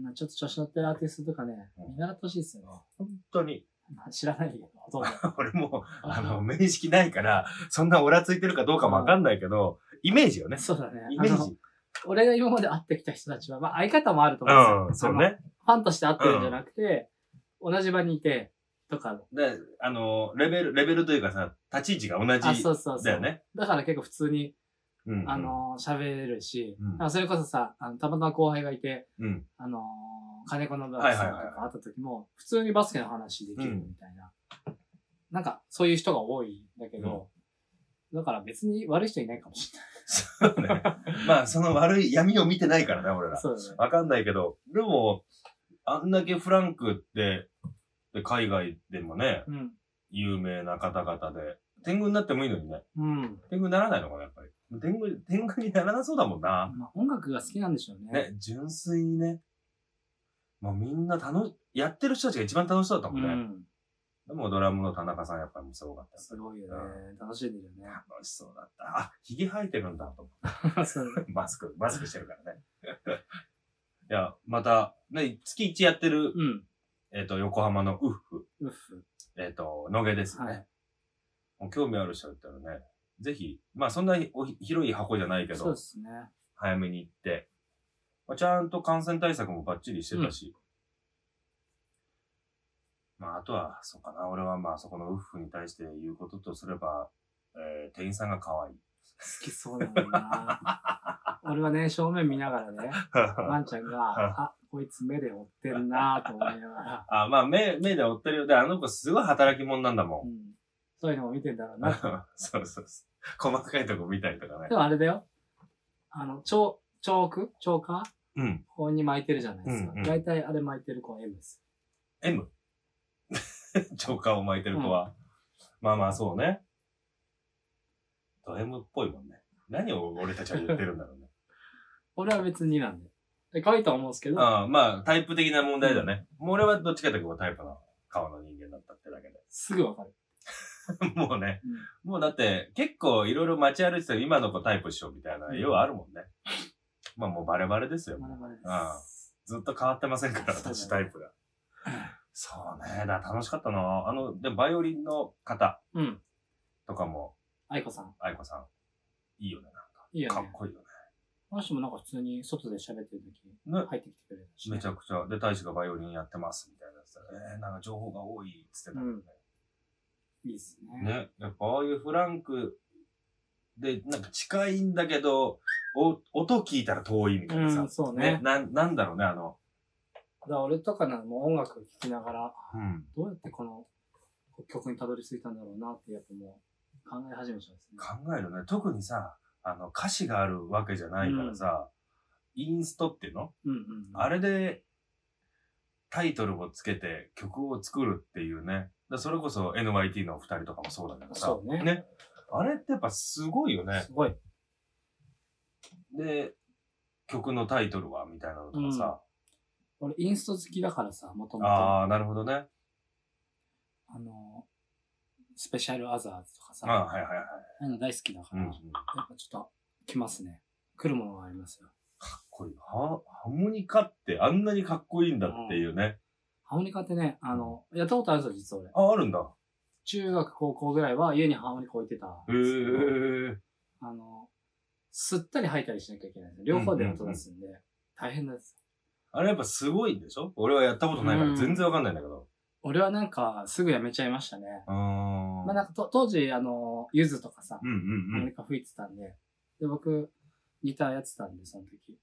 [SPEAKER 3] うん、ちょっと調子乗ってるアーティストとかね、
[SPEAKER 2] うん
[SPEAKER 3] 見習ってほしいっすよね。
[SPEAKER 2] 本当に。
[SPEAKER 3] まあ、知らないけど、ほとんど。
[SPEAKER 2] 俺も、 あ
[SPEAKER 3] あ
[SPEAKER 2] の、
[SPEAKER 3] ー
[SPEAKER 2] 面識ないから、そんなオラついてるかどうかもわかんないけど、イメージよね。
[SPEAKER 3] そうだね。
[SPEAKER 2] イメー
[SPEAKER 3] あの
[SPEAKER 2] ジ。
[SPEAKER 3] 俺が今まで会ってきた人たちは、まあ相方もあると思うん
[SPEAKER 2] う
[SPEAKER 3] で
[SPEAKER 2] ん、
[SPEAKER 3] すよ。
[SPEAKER 2] そう
[SPEAKER 3] あの。
[SPEAKER 2] ね。
[SPEAKER 3] ファンとして会ってるんじゃなくて、同じ場にいて、とか。
[SPEAKER 2] で、あの、レベル、レベルというかさ、立ち位置が同
[SPEAKER 3] あ、
[SPEAKER 2] じ
[SPEAKER 3] そうそうそう。
[SPEAKER 2] だよね。
[SPEAKER 3] だから結構普通に、
[SPEAKER 2] うんうん
[SPEAKER 3] あ、の、喋れるし、
[SPEAKER 2] うん
[SPEAKER 3] あそれこそさ、あのたまたま後輩がいて、
[SPEAKER 2] うん。
[SPEAKER 3] あのー金子のダンスさんと
[SPEAKER 2] はいはいはい
[SPEAKER 3] か会った時も、普通にバスケの話できるみたいな。なんか、そういう人が多いんだけど、だから別に悪い人いないかもしれ
[SPEAKER 2] そうね。まあ、その悪い闇を見てないからね、俺
[SPEAKER 3] な
[SPEAKER 2] ら
[SPEAKER 3] い。。そうだね。
[SPEAKER 2] わかんないけど、でも、あんだけフランクって、で海外でもね、
[SPEAKER 3] うん。
[SPEAKER 2] 有名な方々で、天狗になってもいいのにね。
[SPEAKER 3] うん。
[SPEAKER 2] 天狗にならないのかな、やっぱり。天狗、天狗にならなそうだもんな。
[SPEAKER 3] まあ、音楽が好きなんでしょうね。
[SPEAKER 2] ね、純粋にね。まあみんな楽し、やってる人たちが一番楽しそうだった
[SPEAKER 3] う
[SPEAKER 2] もんね。
[SPEAKER 3] ん。
[SPEAKER 2] でもドラムの田中さんやっぱりすごかった。
[SPEAKER 3] すごいよね。楽しんでるよ ね。
[SPEAKER 2] 楽しそうだった。あ、髭生えてるんだと思っ
[SPEAKER 3] そう
[SPEAKER 2] て。マスク、マスクしてるからね。いや、また、ね、月1やってる、
[SPEAKER 3] うん。
[SPEAKER 2] えっ、と、横浜のウッフ。
[SPEAKER 3] うっふ。
[SPEAKER 2] えっ、と、野毛ですね。
[SPEAKER 3] はい
[SPEAKER 2] もう興味ある人だったらね、ぜひ、まあそんなにお広い箱じゃないけ
[SPEAKER 3] そう
[SPEAKER 2] ど
[SPEAKER 3] で、すね。
[SPEAKER 2] 早めに行って、まあ、ちゃんと感染対策もバッチリしてたし、まああとは、そうかな、俺はまあそこのウッフに対して言うこととすれば、えー店員さんが可 愛い。
[SPEAKER 3] 好きそうだもん な。俺はね、正面見ながらね、ワンちゃんが、あ、こいつ目で追ってんなと思いながら、
[SPEAKER 2] あ、まあ目、目で追ってるよ。で、あの子すごい働き者なんだも。
[SPEAKER 3] うんん、そういうのも見てんだろうな。
[SPEAKER 2] そうそうそう。細かいとこ見たりとかね
[SPEAKER 3] で。もあれだよ。あの、超、超く超か
[SPEAKER 2] うん。
[SPEAKER 3] ここに巻いてるじゃないですか。
[SPEAKER 2] うんうん
[SPEAKER 3] 大体あれ巻いてる子は M です。
[SPEAKER 2] M? チョーカーを巻いてる子は。まあまあ、そうね。ド M っぽいもんね。何を俺たちは言ってるんだろ うね。
[SPEAKER 3] 俺は別になんで。で可愛いとは思うんですけど、
[SPEAKER 2] ああまあ、タイプ的な問題だね。もう俺はどっちかというとこうタイプの顔の人間だったってだけ
[SPEAKER 3] すぐわかる。
[SPEAKER 2] で。 もうね、
[SPEAKER 3] うん
[SPEAKER 2] もうだって結構いろいろ街歩いてたら今の子タイプしようみたいな、
[SPEAKER 3] うん
[SPEAKER 2] 要はあるもんね。まあもうバレバレですよ。
[SPEAKER 3] まだまだです。
[SPEAKER 2] ずっと変わってませんから、私タイプが。そうね。だから楽しかったな。あの、でもバイオリンの方
[SPEAKER 3] うん。
[SPEAKER 2] とかも、
[SPEAKER 3] 愛子さん。
[SPEAKER 2] 愛子さん、いいよね。
[SPEAKER 3] いいよ
[SPEAKER 2] なんか、か
[SPEAKER 3] ね
[SPEAKER 2] っ。こいいよね。
[SPEAKER 3] この人もなんか普通に外で喋ってる時
[SPEAKER 2] ね
[SPEAKER 3] 入ってきてくれるし、ね。
[SPEAKER 2] めちゃくちゃ。で、大使がバイオリンやってます、みたいなやつだね。えー、なんか情報が多い、つってたもんね。
[SPEAKER 3] いいですね。
[SPEAKER 2] ね。やっぱ、ああいうフランクで、なんか近いんだけど、お音聞いたら遠いみたいなさ。
[SPEAKER 3] うんそうね
[SPEAKER 2] なん、なんだろうね、あの、
[SPEAKER 3] だから俺とかなんかもう音楽聴きながら、
[SPEAKER 2] うん。
[SPEAKER 3] どうやってこの曲にたどり着いたんだろうなって、やっぱもう考え始めちゃうんですね。
[SPEAKER 2] 考えるね。特にさ、あの、歌詞があるわけじゃないからさ、インストっていうの
[SPEAKER 3] うんうんうん。
[SPEAKER 2] あれでタイトルをつけて曲を作るっていうね。だからそれこそ NYT のお二人とかもそうだけどさ。
[SPEAKER 3] そうね
[SPEAKER 2] あれってやっぱすごいよね
[SPEAKER 3] す。ごい。
[SPEAKER 2] で、曲のタイトルはみたいなのとかさ。
[SPEAKER 3] 俺インスト好きだからさ、もともと。あ
[SPEAKER 2] ああ、なるほどね。
[SPEAKER 3] の、スペシャルアザーズとかさ、
[SPEAKER 2] ああ、はいはいはい。
[SPEAKER 3] ああいうの大好きだから、
[SPEAKER 2] うん。
[SPEAKER 3] やっぱちょっと来ますね。来るものがありますよ。
[SPEAKER 2] こういうハハーモニカってあんなにかっこいいんだっていうね。
[SPEAKER 3] ハーモニカってね、あの、やったことあるんですよ、実は
[SPEAKER 2] あ、
[SPEAKER 3] 俺。
[SPEAKER 2] あるんだ。
[SPEAKER 3] 中学、高校ぐらいは家にハーモニカ置いてたん
[SPEAKER 2] へ
[SPEAKER 3] ですけど。
[SPEAKER 2] え。
[SPEAKER 3] あの、吸ったり吐いたりしなきゃいけないんですよ両方で音出すんで、大変なんですよ。
[SPEAKER 2] あれやっぱすごいんでしょ俺はやったことないから全然わかんないんだけど。
[SPEAKER 3] 俺はなんか、すぐやめちゃいましたね。
[SPEAKER 2] うーん。
[SPEAKER 3] まあなんかと、当時、あの、ゆずとかさ
[SPEAKER 2] う、んうん
[SPEAKER 3] ア
[SPEAKER 2] う
[SPEAKER 3] メ
[SPEAKER 2] ん。
[SPEAKER 3] リカ吹いてたんで、で、僕、ギターやってたんで、その時。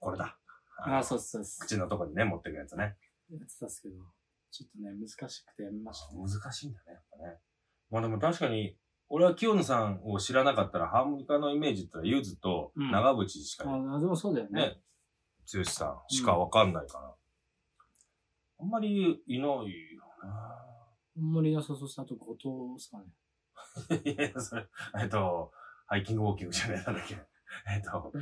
[SPEAKER 2] これだ。
[SPEAKER 3] ああ、そうですそうです。
[SPEAKER 2] 口のとこにね、持ってくやつね。
[SPEAKER 3] やってたんですけど、ちょっとね、難しくてやめましたね。
[SPEAKER 2] 難しいんだね、やっぱね。まあでも確かに、俺は清野さんを知らなかったら、ハーモニカのイメージって言ったら、ゆずと
[SPEAKER 3] うん
[SPEAKER 2] 長渕しか、
[SPEAKER 3] ああ、でもそうだよね。
[SPEAKER 2] ね、剛さんしかわかんないから。あんまりいない よ
[SPEAKER 3] あんまり良さそうしたあと、後藤ですかね。
[SPEAKER 2] ないやいや、それ、えっと、ハイキングウォーキングじゃねえなんだっけ。えっと、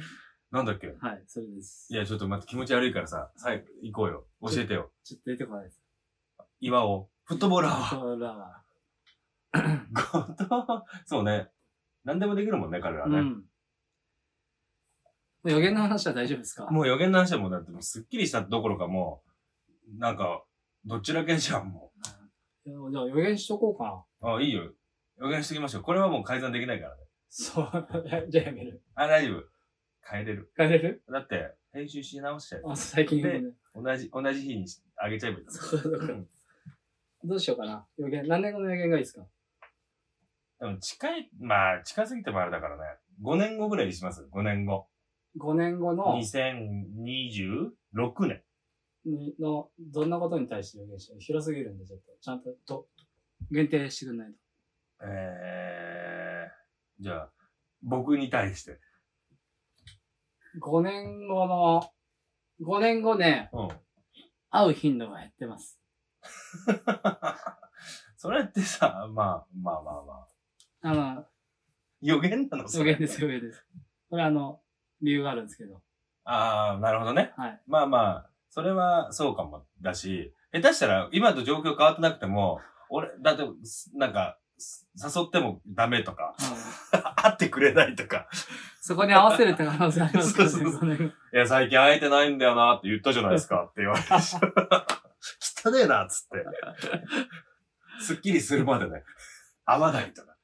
[SPEAKER 2] なんだっけ
[SPEAKER 3] はい、それです。
[SPEAKER 2] いや、ちょっと待って、気持ち悪いからさ、はい、行こうよ。教えてよ。
[SPEAKER 3] ちょっと出てこないです。
[SPEAKER 2] 岩尾。フットボーラーは。
[SPEAKER 3] そうラは。
[SPEAKER 2] 後藤 そうね。何でもできるもんね、彼ら
[SPEAKER 3] う
[SPEAKER 2] ね。
[SPEAKER 3] ん。もう予言の話は大丈夫ですか
[SPEAKER 2] もう予言の話はもうだって、すっきりしたどころかもう、なんか、どっちらけじゃん、も
[SPEAKER 3] いやじゃあ予言しとこうかな。
[SPEAKER 2] う。あ、いいよ。予言してきましょう。これはもう改ざんできないからね。
[SPEAKER 3] そう。 いやじゃあやめる。
[SPEAKER 2] あ、大丈夫。変えれる。
[SPEAKER 3] 帰れる
[SPEAKER 2] だって、編集し直しちゃう。
[SPEAKER 3] あ、最近
[SPEAKER 2] で
[SPEAKER 3] ね。
[SPEAKER 2] 同じ、同じ日にしあげちゃえばいいんだ
[SPEAKER 3] そうそうそうどうしようかな。予言、何年後の予言がいいですか
[SPEAKER 2] でも近い、まあ、近すぎてもあれだからね。5年後ぐらいにします。5年後。
[SPEAKER 3] ?5 年後の、
[SPEAKER 2] 2026年。
[SPEAKER 3] にの、どんなことに対して予言して広すぎるんで、ちょっと、ちゃんと、と、限定してくんないと。
[SPEAKER 2] えー、じゃあ、僕に対して。
[SPEAKER 3] 5年後の、5年後ね、
[SPEAKER 2] うん。
[SPEAKER 3] 会う頻度が減ってます。
[SPEAKER 2] それってさ、まあ、まあまあまあ。
[SPEAKER 3] あの、
[SPEAKER 2] 予言なのそ
[SPEAKER 3] 予
[SPEAKER 2] れ
[SPEAKER 3] 言です、予言です。これあの、理由があるんですけど。
[SPEAKER 2] ああ、なるほどね。
[SPEAKER 3] はい。
[SPEAKER 2] まあまあ、それはそうかもだし、下手したら今と状況変わってなくても、俺、だって、すなんか、す誘ってもダメとか、
[SPEAKER 3] うん
[SPEAKER 2] 会ってくれないとか、
[SPEAKER 3] そこに合わせるって可能性ありますからね。
[SPEAKER 2] そうそうそう
[SPEAKER 3] この辺
[SPEAKER 2] いや、最近会えてないんだよなって言ったじゃないですかって言わ れて、汚ねえなっつって。すっきりするまでね、会わないとか、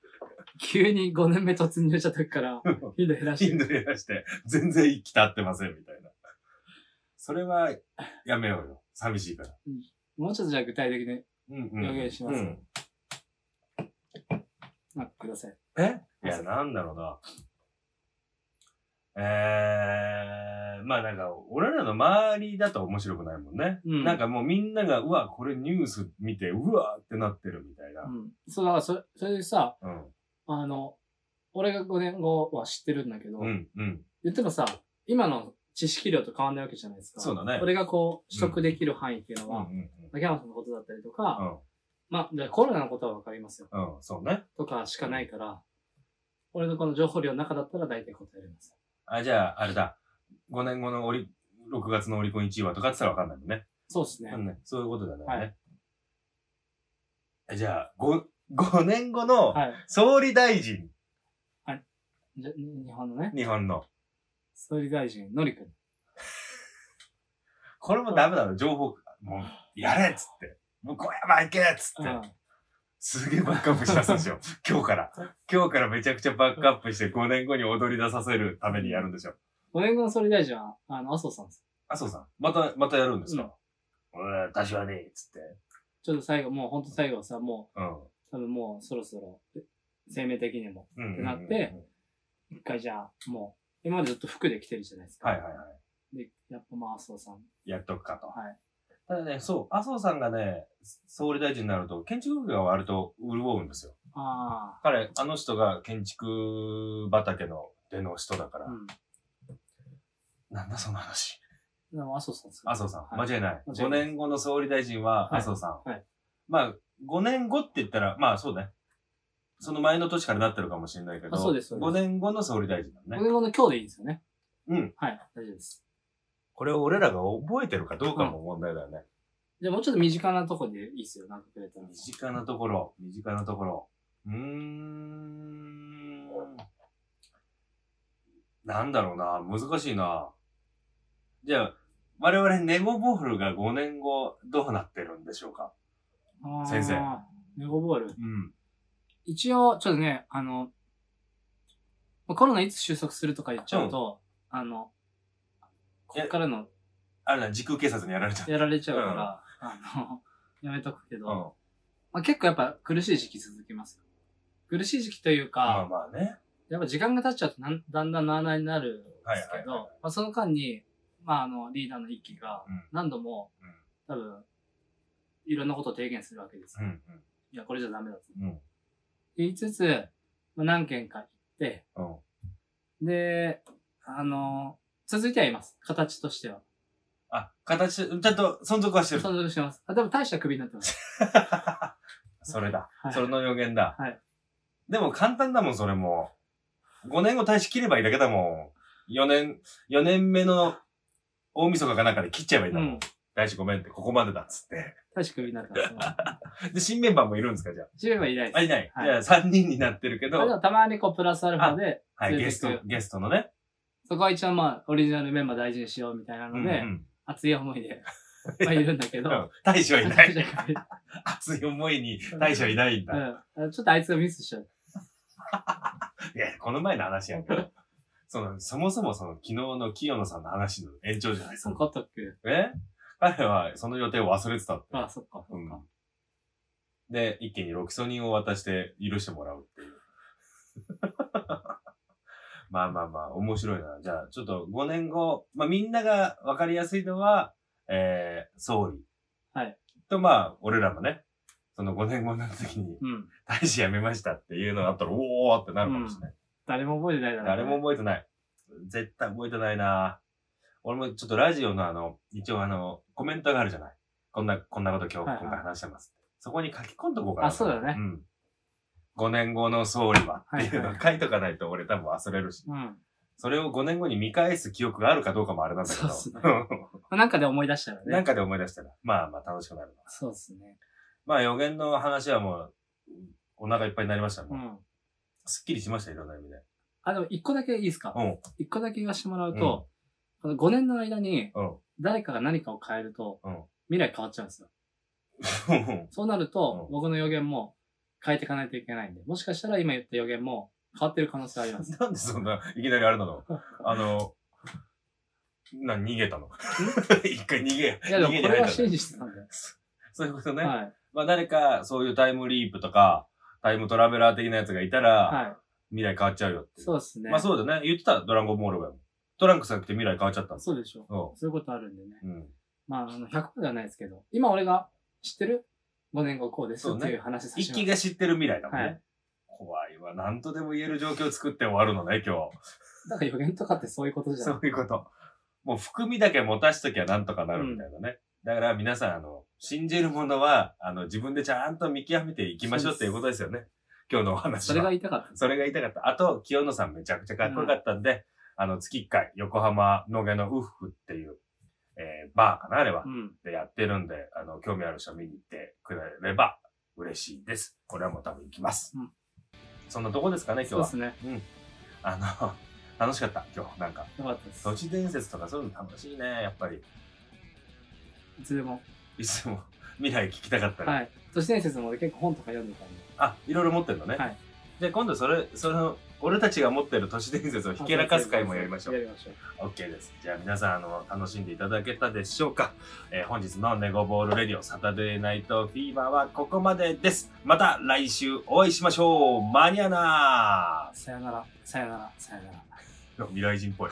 [SPEAKER 3] 急に5年目突入した時から、頻度減らして
[SPEAKER 2] 頻度減らして、全然生きたってませんみたいな。それは、やめようよ。寂しいから。
[SPEAKER 3] もうちょっとじゃあ具体的に、
[SPEAKER 2] うん
[SPEAKER 3] 予言します
[SPEAKER 2] うん
[SPEAKER 3] なんかください。
[SPEAKER 2] えいや、なんだろうな。えー、まあなんか、俺らの周りだと面白くないもんね。
[SPEAKER 3] うん
[SPEAKER 2] なんかもうみんなが、うわ、これニュース見て、うわーってなってるみたいな。
[SPEAKER 3] うん。そう、だからそれ、それでさ、
[SPEAKER 2] うん。
[SPEAKER 3] あの、俺が5年後は知ってるんだけど、
[SPEAKER 2] うん、うん。
[SPEAKER 3] 言ってもさ、今の知識量と変わんないわけじゃないですか。
[SPEAKER 2] そうだね
[SPEAKER 3] 俺がこう、取得できる範囲っていうの
[SPEAKER 2] うん、う
[SPEAKER 3] は、
[SPEAKER 2] ん。
[SPEAKER 3] 秋山さんのことだったりと
[SPEAKER 2] う
[SPEAKER 3] か、まあ、でコロナのことはわかりますよ。
[SPEAKER 2] ん、うん、そうね。
[SPEAKER 3] とかしかないから、俺のこの情報量の中だったら大体答えれます。
[SPEAKER 2] あ、じゃあ、あれだ。5年後のオリ、6月のオリコン1位はとかって言ったらわかんないもんね。
[SPEAKER 3] そうですね
[SPEAKER 2] う。んね、そういうことだね。
[SPEAKER 3] はい
[SPEAKER 2] えじゃあ、5、5年後の
[SPEAKER 3] はい。
[SPEAKER 2] 総理大臣、
[SPEAKER 3] じゃ日本のね、
[SPEAKER 2] 日本の。
[SPEAKER 3] 総理大臣、のりくん。
[SPEAKER 2] これもダメだろ、情報、もう、やれっつって。向こう山行けっつって。
[SPEAKER 3] う
[SPEAKER 2] すげえバックアップしだすんです よ。今日から。今日からめちゃくちゃバックアップして5年後に踊り出させるためにやるんでしょ。
[SPEAKER 3] ん。5年後の総理大臣は、あの、麻生さんです。
[SPEAKER 2] 麻生さん、また、またやるんですか、うん、私はね、つって。
[SPEAKER 3] ちょっと最後、もう本当最後さ、も
[SPEAKER 2] うん。
[SPEAKER 3] う、多分もうそろそろ、生命的にも、
[SPEAKER 2] うんうんうんうん
[SPEAKER 3] なって、一回じゃあ、もう、今までずっと服で来てるじゃないですか。
[SPEAKER 2] はいはいはい。
[SPEAKER 3] で、やっぱまあ、麻生さん。
[SPEAKER 2] やっとくかと。
[SPEAKER 3] はい。
[SPEAKER 2] ただね、そう、麻生さんがね、総理大臣になると、建築業が割と潤うんですよ。
[SPEAKER 3] あ
[SPEAKER 2] 彼、あの人が建築畑の出の人だから
[SPEAKER 3] あ。。うん。
[SPEAKER 2] なんだその話。
[SPEAKER 3] でも麻生さんですか
[SPEAKER 2] 麻生さん、
[SPEAKER 3] はい
[SPEAKER 2] 間違いない。
[SPEAKER 3] 間違
[SPEAKER 2] 5
[SPEAKER 3] いない
[SPEAKER 2] 年後の総理大臣は
[SPEAKER 3] はい
[SPEAKER 2] 麻生さん。
[SPEAKER 3] はい
[SPEAKER 2] まあ、5年後って言ったら、まあそうね。その前の年からなってるかもしれないけど、
[SPEAKER 3] あそうですそうです
[SPEAKER 2] 5年後の総理大臣だ
[SPEAKER 3] 5
[SPEAKER 2] ね。
[SPEAKER 3] 年後の今日でいいんですよね。
[SPEAKER 2] うん。
[SPEAKER 3] はい。大丈夫です。
[SPEAKER 2] これを俺らが覚えてるかどうかも問題だよね。
[SPEAKER 3] じゃあもうちょっと身近なとこでいいですよ。なんかくれたら
[SPEAKER 2] 身。近なところ、身近なところ。うーん。なんだろうな、難しいな。じゃあ、我々ネゴボールが5年後どうなってるんでしょうか
[SPEAKER 3] あー
[SPEAKER 2] 先生。
[SPEAKER 3] ネゴボール。
[SPEAKER 2] うん。
[SPEAKER 3] 一応、ちょっとね、あの、まあコロナいつ収束するとか言っちゃうと、あの、こっからの
[SPEAKER 2] あれだ、時空警察にやられちゃった。
[SPEAKER 3] やられちゃうから、あの、 やめとくけど、
[SPEAKER 2] うん。
[SPEAKER 3] まあ、結構やっぱ苦しい時期続きますよ。苦しい時期という
[SPEAKER 2] まあ
[SPEAKER 3] か、
[SPEAKER 2] まあね。
[SPEAKER 3] やっぱ時間が経っちゃうとなんだんだんなあなあになるんです
[SPEAKER 2] はいは
[SPEAKER 3] けど、
[SPEAKER 2] いはい
[SPEAKER 3] まあ、その間に、まああの、リーダーの一期が
[SPEAKER 2] うん
[SPEAKER 3] 何度も多分、いろんなことを提言するわけです
[SPEAKER 2] う
[SPEAKER 3] よ。
[SPEAKER 2] ん
[SPEAKER 3] いや、これじゃダメだと。
[SPEAKER 2] うんうん
[SPEAKER 3] 言いつつ、まあ、何件か行って、
[SPEAKER 2] うん。
[SPEAKER 3] で、あの、続いてはいます。形としては。
[SPEAKER 2] あ、形、ちゃんと存続はしてる。
[SPEAKER 3] 存続してます。あ、でも大した首になってます。
[SPEAKER 2] それだ。
[SPEAKER 3] はい
[SPEAKER 2] それの予言だ。
[SPEAKER 3] はい
[SPEAKER 2] でも簡単だもん、それも。5年後大し切ればいいだけだも4年、4年目の大晦日かなんかで切っちゃえばいいん
[SPEAKER 3] う
[SPEAKER 2] だもん。
[SPEAKER 3] ん。
[SPEAKER 2] 大志ごめんって、ここまでだっつっ
[SPEAKER 3] 確かになったんですよ。
[SPEAKER 2] て。で、新メンバーもいるんですか、じゃあ。
[SPEAKER 3] 自分はいないです。
[SPEAKER 2] あ、いない。
[SPEAKER 3] はい
[SPEAKER 2] じゃあ3人になってるけ
[SPEAKER 3] まあで
[SPEAKER 2] ど、
[SPEAKER 3] もたまにこう、プラスアルファで、
[SPEAKER 2] はい、
[SPEAKER 3] 連
[SPEAKER 2] ゲ
[SPEAKER 3] れ
[SPEAKER 2] ス
[SPEAKER 3] てく
[SPEAKER 2] ト、ゲストのね。
[SPEAKER 3] そこは一応まあ、オリジナルメンバー大事にしようみたいなので、
[SPEAKER 2] うんうん
[SPEAKER 3] 熱い思 いで、まあ、いるんだけ
[SPEAKER 2] う
[SPEAKER 3] ど、
[SPEAKER 2] ん大志はいな
[SPEAKER 3] 私
[SPEAKER 2] い。
[SPEAKER 3] じゃなくて
[SPEAKER 2] 熱い思いに大志はいないんだ。
[SPEAKER 3] うん。ちょっとあいつがミスしちゃう。
[SPEAKER 2] いや、この前の話やけど。その、そもそもその、昨日の清野さんの話の延長じゃないです
[SPEAKER 3] そ
[SPEAKER 2] か。
[SPEAKER 3] ことく。
[SPEAKER 2] え彼はその予定を忘れてたって。
[SPEAKER 3] ああ、そっか、そ
[SPEAKER 2] う
[SPEAKER 3] っ
[SPEAKER 2] ん
[SPEAKER 3] か。
[SPEAKER 2] で、一気に6ソ人を渡して許してもらうっていう。 まあまあまあ、面白いな。じゃあ、ちょっと5年後、まあみんなが分かりやすいのは、えー、総理。
[SPEAKER 3] はい。
[SPEAKER 2] とまあ、俺らもね、その5年後になった時に、
[SPEAKER 3] うん。
[SPEAKER 2] 大使辞めましたっていうのがあったら、おーってなるかもしれない。
[SPEAKER 3] 誰も覚えてないだろうね
[SPEAKER 2] 誰も覚えてない。絶対覚えてないな俺もちょっとラジオのあの、一応あの、コメントがあるじゃない。こんな、こんなこと今日、
[SPEAKER 3] はいはい
[SPEAKER 2] 今回話してます。そこに書き込んどこうかな。
[SPEAKER 3] あそうだね
[SPEAKER 2] うん。5年後の総理はっていうの
[SPEAKER 3] はい
[SPEAKER 2] を書いとかないと俺多分忘れるし。
[SPEAKER 3] うん。
[SPEAKER 2] それを5年後に見返す記憶があるかどうかもあれなんだけど。
[SPEAKER 3] そうっすなんかで思い出したら
[SPEAKER 2] なん
[SPEAKER 3] ね。
[SPEAKER 2] かで思い出したら、まあまあ楽しくなるな。
[SPEAKER 3] そうですね。
[SPEAKER 2] まあ予言の話はもう、お腹いっぱいになりましたね。
[SPEAKER 3] うん。
[SPEAKER 2] すっきりしました、いろんな意味で。
[SPEAKER 3] あ、でも一個だけいいですか
[SPEAKER 2] うん。
[SPEAKER 3] 一個だけ言わせてもらうと、この5年の間に
[SPEAKER 2] うん、
[SPEAKER 3] 誰かが何かを変えると
[SPEAKER 2] うん、
[SPEAKER 3] 未来変わっちゃうんですよ。そうなると
[SPEAKER 2] う、ん
[SPEAKER 3] 僕の予言も変えていかないといけないんで、もしかしたら今言った予言も変わってる可能性ありま す。
[SPEAKER 2] なんでそんな、いきなりあれなのあの、な、逃げたの 一回逃げ、
[SPEAKER 3] いや、
[SPEAKER 2] 逃
[SPEAKER 3] でも
[SPEAKER 2] げ
[SPEAKER 3] こ
[SPEAKER 2] てな
[SPEAKER 3] れ
[SPEAKER 2] い
[SPEAKER 3] は
[SPEAKER 2] じゃ
[SPEAKER 3] 真
[SPEAKER 2] ん。
[SPEAKER 3] 実なんで。
[SPEAKER 2] そういうことね。
[SPEAKER 3] はい。
[SPEAKER 2] まあ誰か、そういうタイムリープとか、タイムトラベラー的なやつがいたら、
[SPEAKER 3] はい。
[SPEAKER 2] 未来変わっちゃうよっていう。
[SPEAKER 3] そうですね。
[SPEAKER 2] まあそうだね。言ってた、ドラゴンボールが。トランクスが来て未来変わっちゃったんです
[SPEAKER 3] そうでしょ。
[SPEAKER 2] そ
[SPEAKER 3] そういうことあるんでね。
[SPEAKER 2] う。うん。
[SPEAKER 3] まあ、あの、100%ではないですけど、今俺が知ってる ?5 年後こうです
[SPEAKER 2] そう
[SPEAKER 3] っ
[SPEAKER 2] ね
[SPEAKER 3] ていう話させ
[SPEAKER 2] 一
[SPEAKER 3] て
[SPEAKER 2] 気
[SPEAKER 3] もら
[SPEAKER 2] が知ってる未来だもんね。
[SPEAKER 3] はい
[SPEAKER 2] 怖いわ。何とでも言える状況を作って終わるのね、今日。
[SPEAKER 3] うだから予言とかってそういうことじゃ
[SPEAKER 2] そ
[SPEAKER 3] ん。
[SPEAKER 2] ういうこと。もう含みだけ持たしときゃなんとかなるみたいなね。だから皆さん、あの、信じるものは、あの、自分でちゃんと見極めていきましょうっていうことですよね。今日のお話は。
[SPEAKER 3] それが言いたかった。
[SPEAKER 2] それが言いたかった。あと、清野さんめちゃくちゃかっこよかったんで、あの、月1回、横浜野毛のウッフっていう、えーバーかな、あれは
[SPEAKER 3] う。ん。
[SPEAKER 2] で、やってるんで、あの、興味ある人は見に行ってくれれば嬉しいです。これはもう多分行きます。
[SPEAKER 3] うん
[SPEAKER 2] そんなとこですかね、今日
[SPEAKER 3] そうで
[SPEAKER 2] は
[SPEAKER 3] す。ね。
[SPEAKER 2] あの、楽しかった、今日、なんか。
[SPEAKER 3] よかったです
[SPEAKER 2] 都。市伝説とかそういうの楽しいね、やっぱり。
[SPEAKER 3] いつでも。
[SPEAKER 2] いつも 未来聞きたかったら。
[SPEAKER 3] はい。都市伝説も俺結構本とか読んでたんで。
[SPEAKER 2] あ、いろいろ持ってるのね。
[SPEAKER 3] はい
[SPEAKER 2] じゃあ今度それ、その、俺たちが持ってる都市伝説をひけらかす回もやりましょ
[SPEAKER 3] や
[SPEAKER 2] う。
[SPEAKER 3] りましょう。
[SPEAKER 2] OK です。じゃあ皆さん、あの、楽しんでいただけたでしょうか。えー本日のネゴボールレディオサタデーナイトフィーバーはここまでです。また来週お会いしましょう。マニアナ
[SPEAKER 3] さよなら、さよなら、さよなら。
[SPEAKER 2] ー未来人っぽい。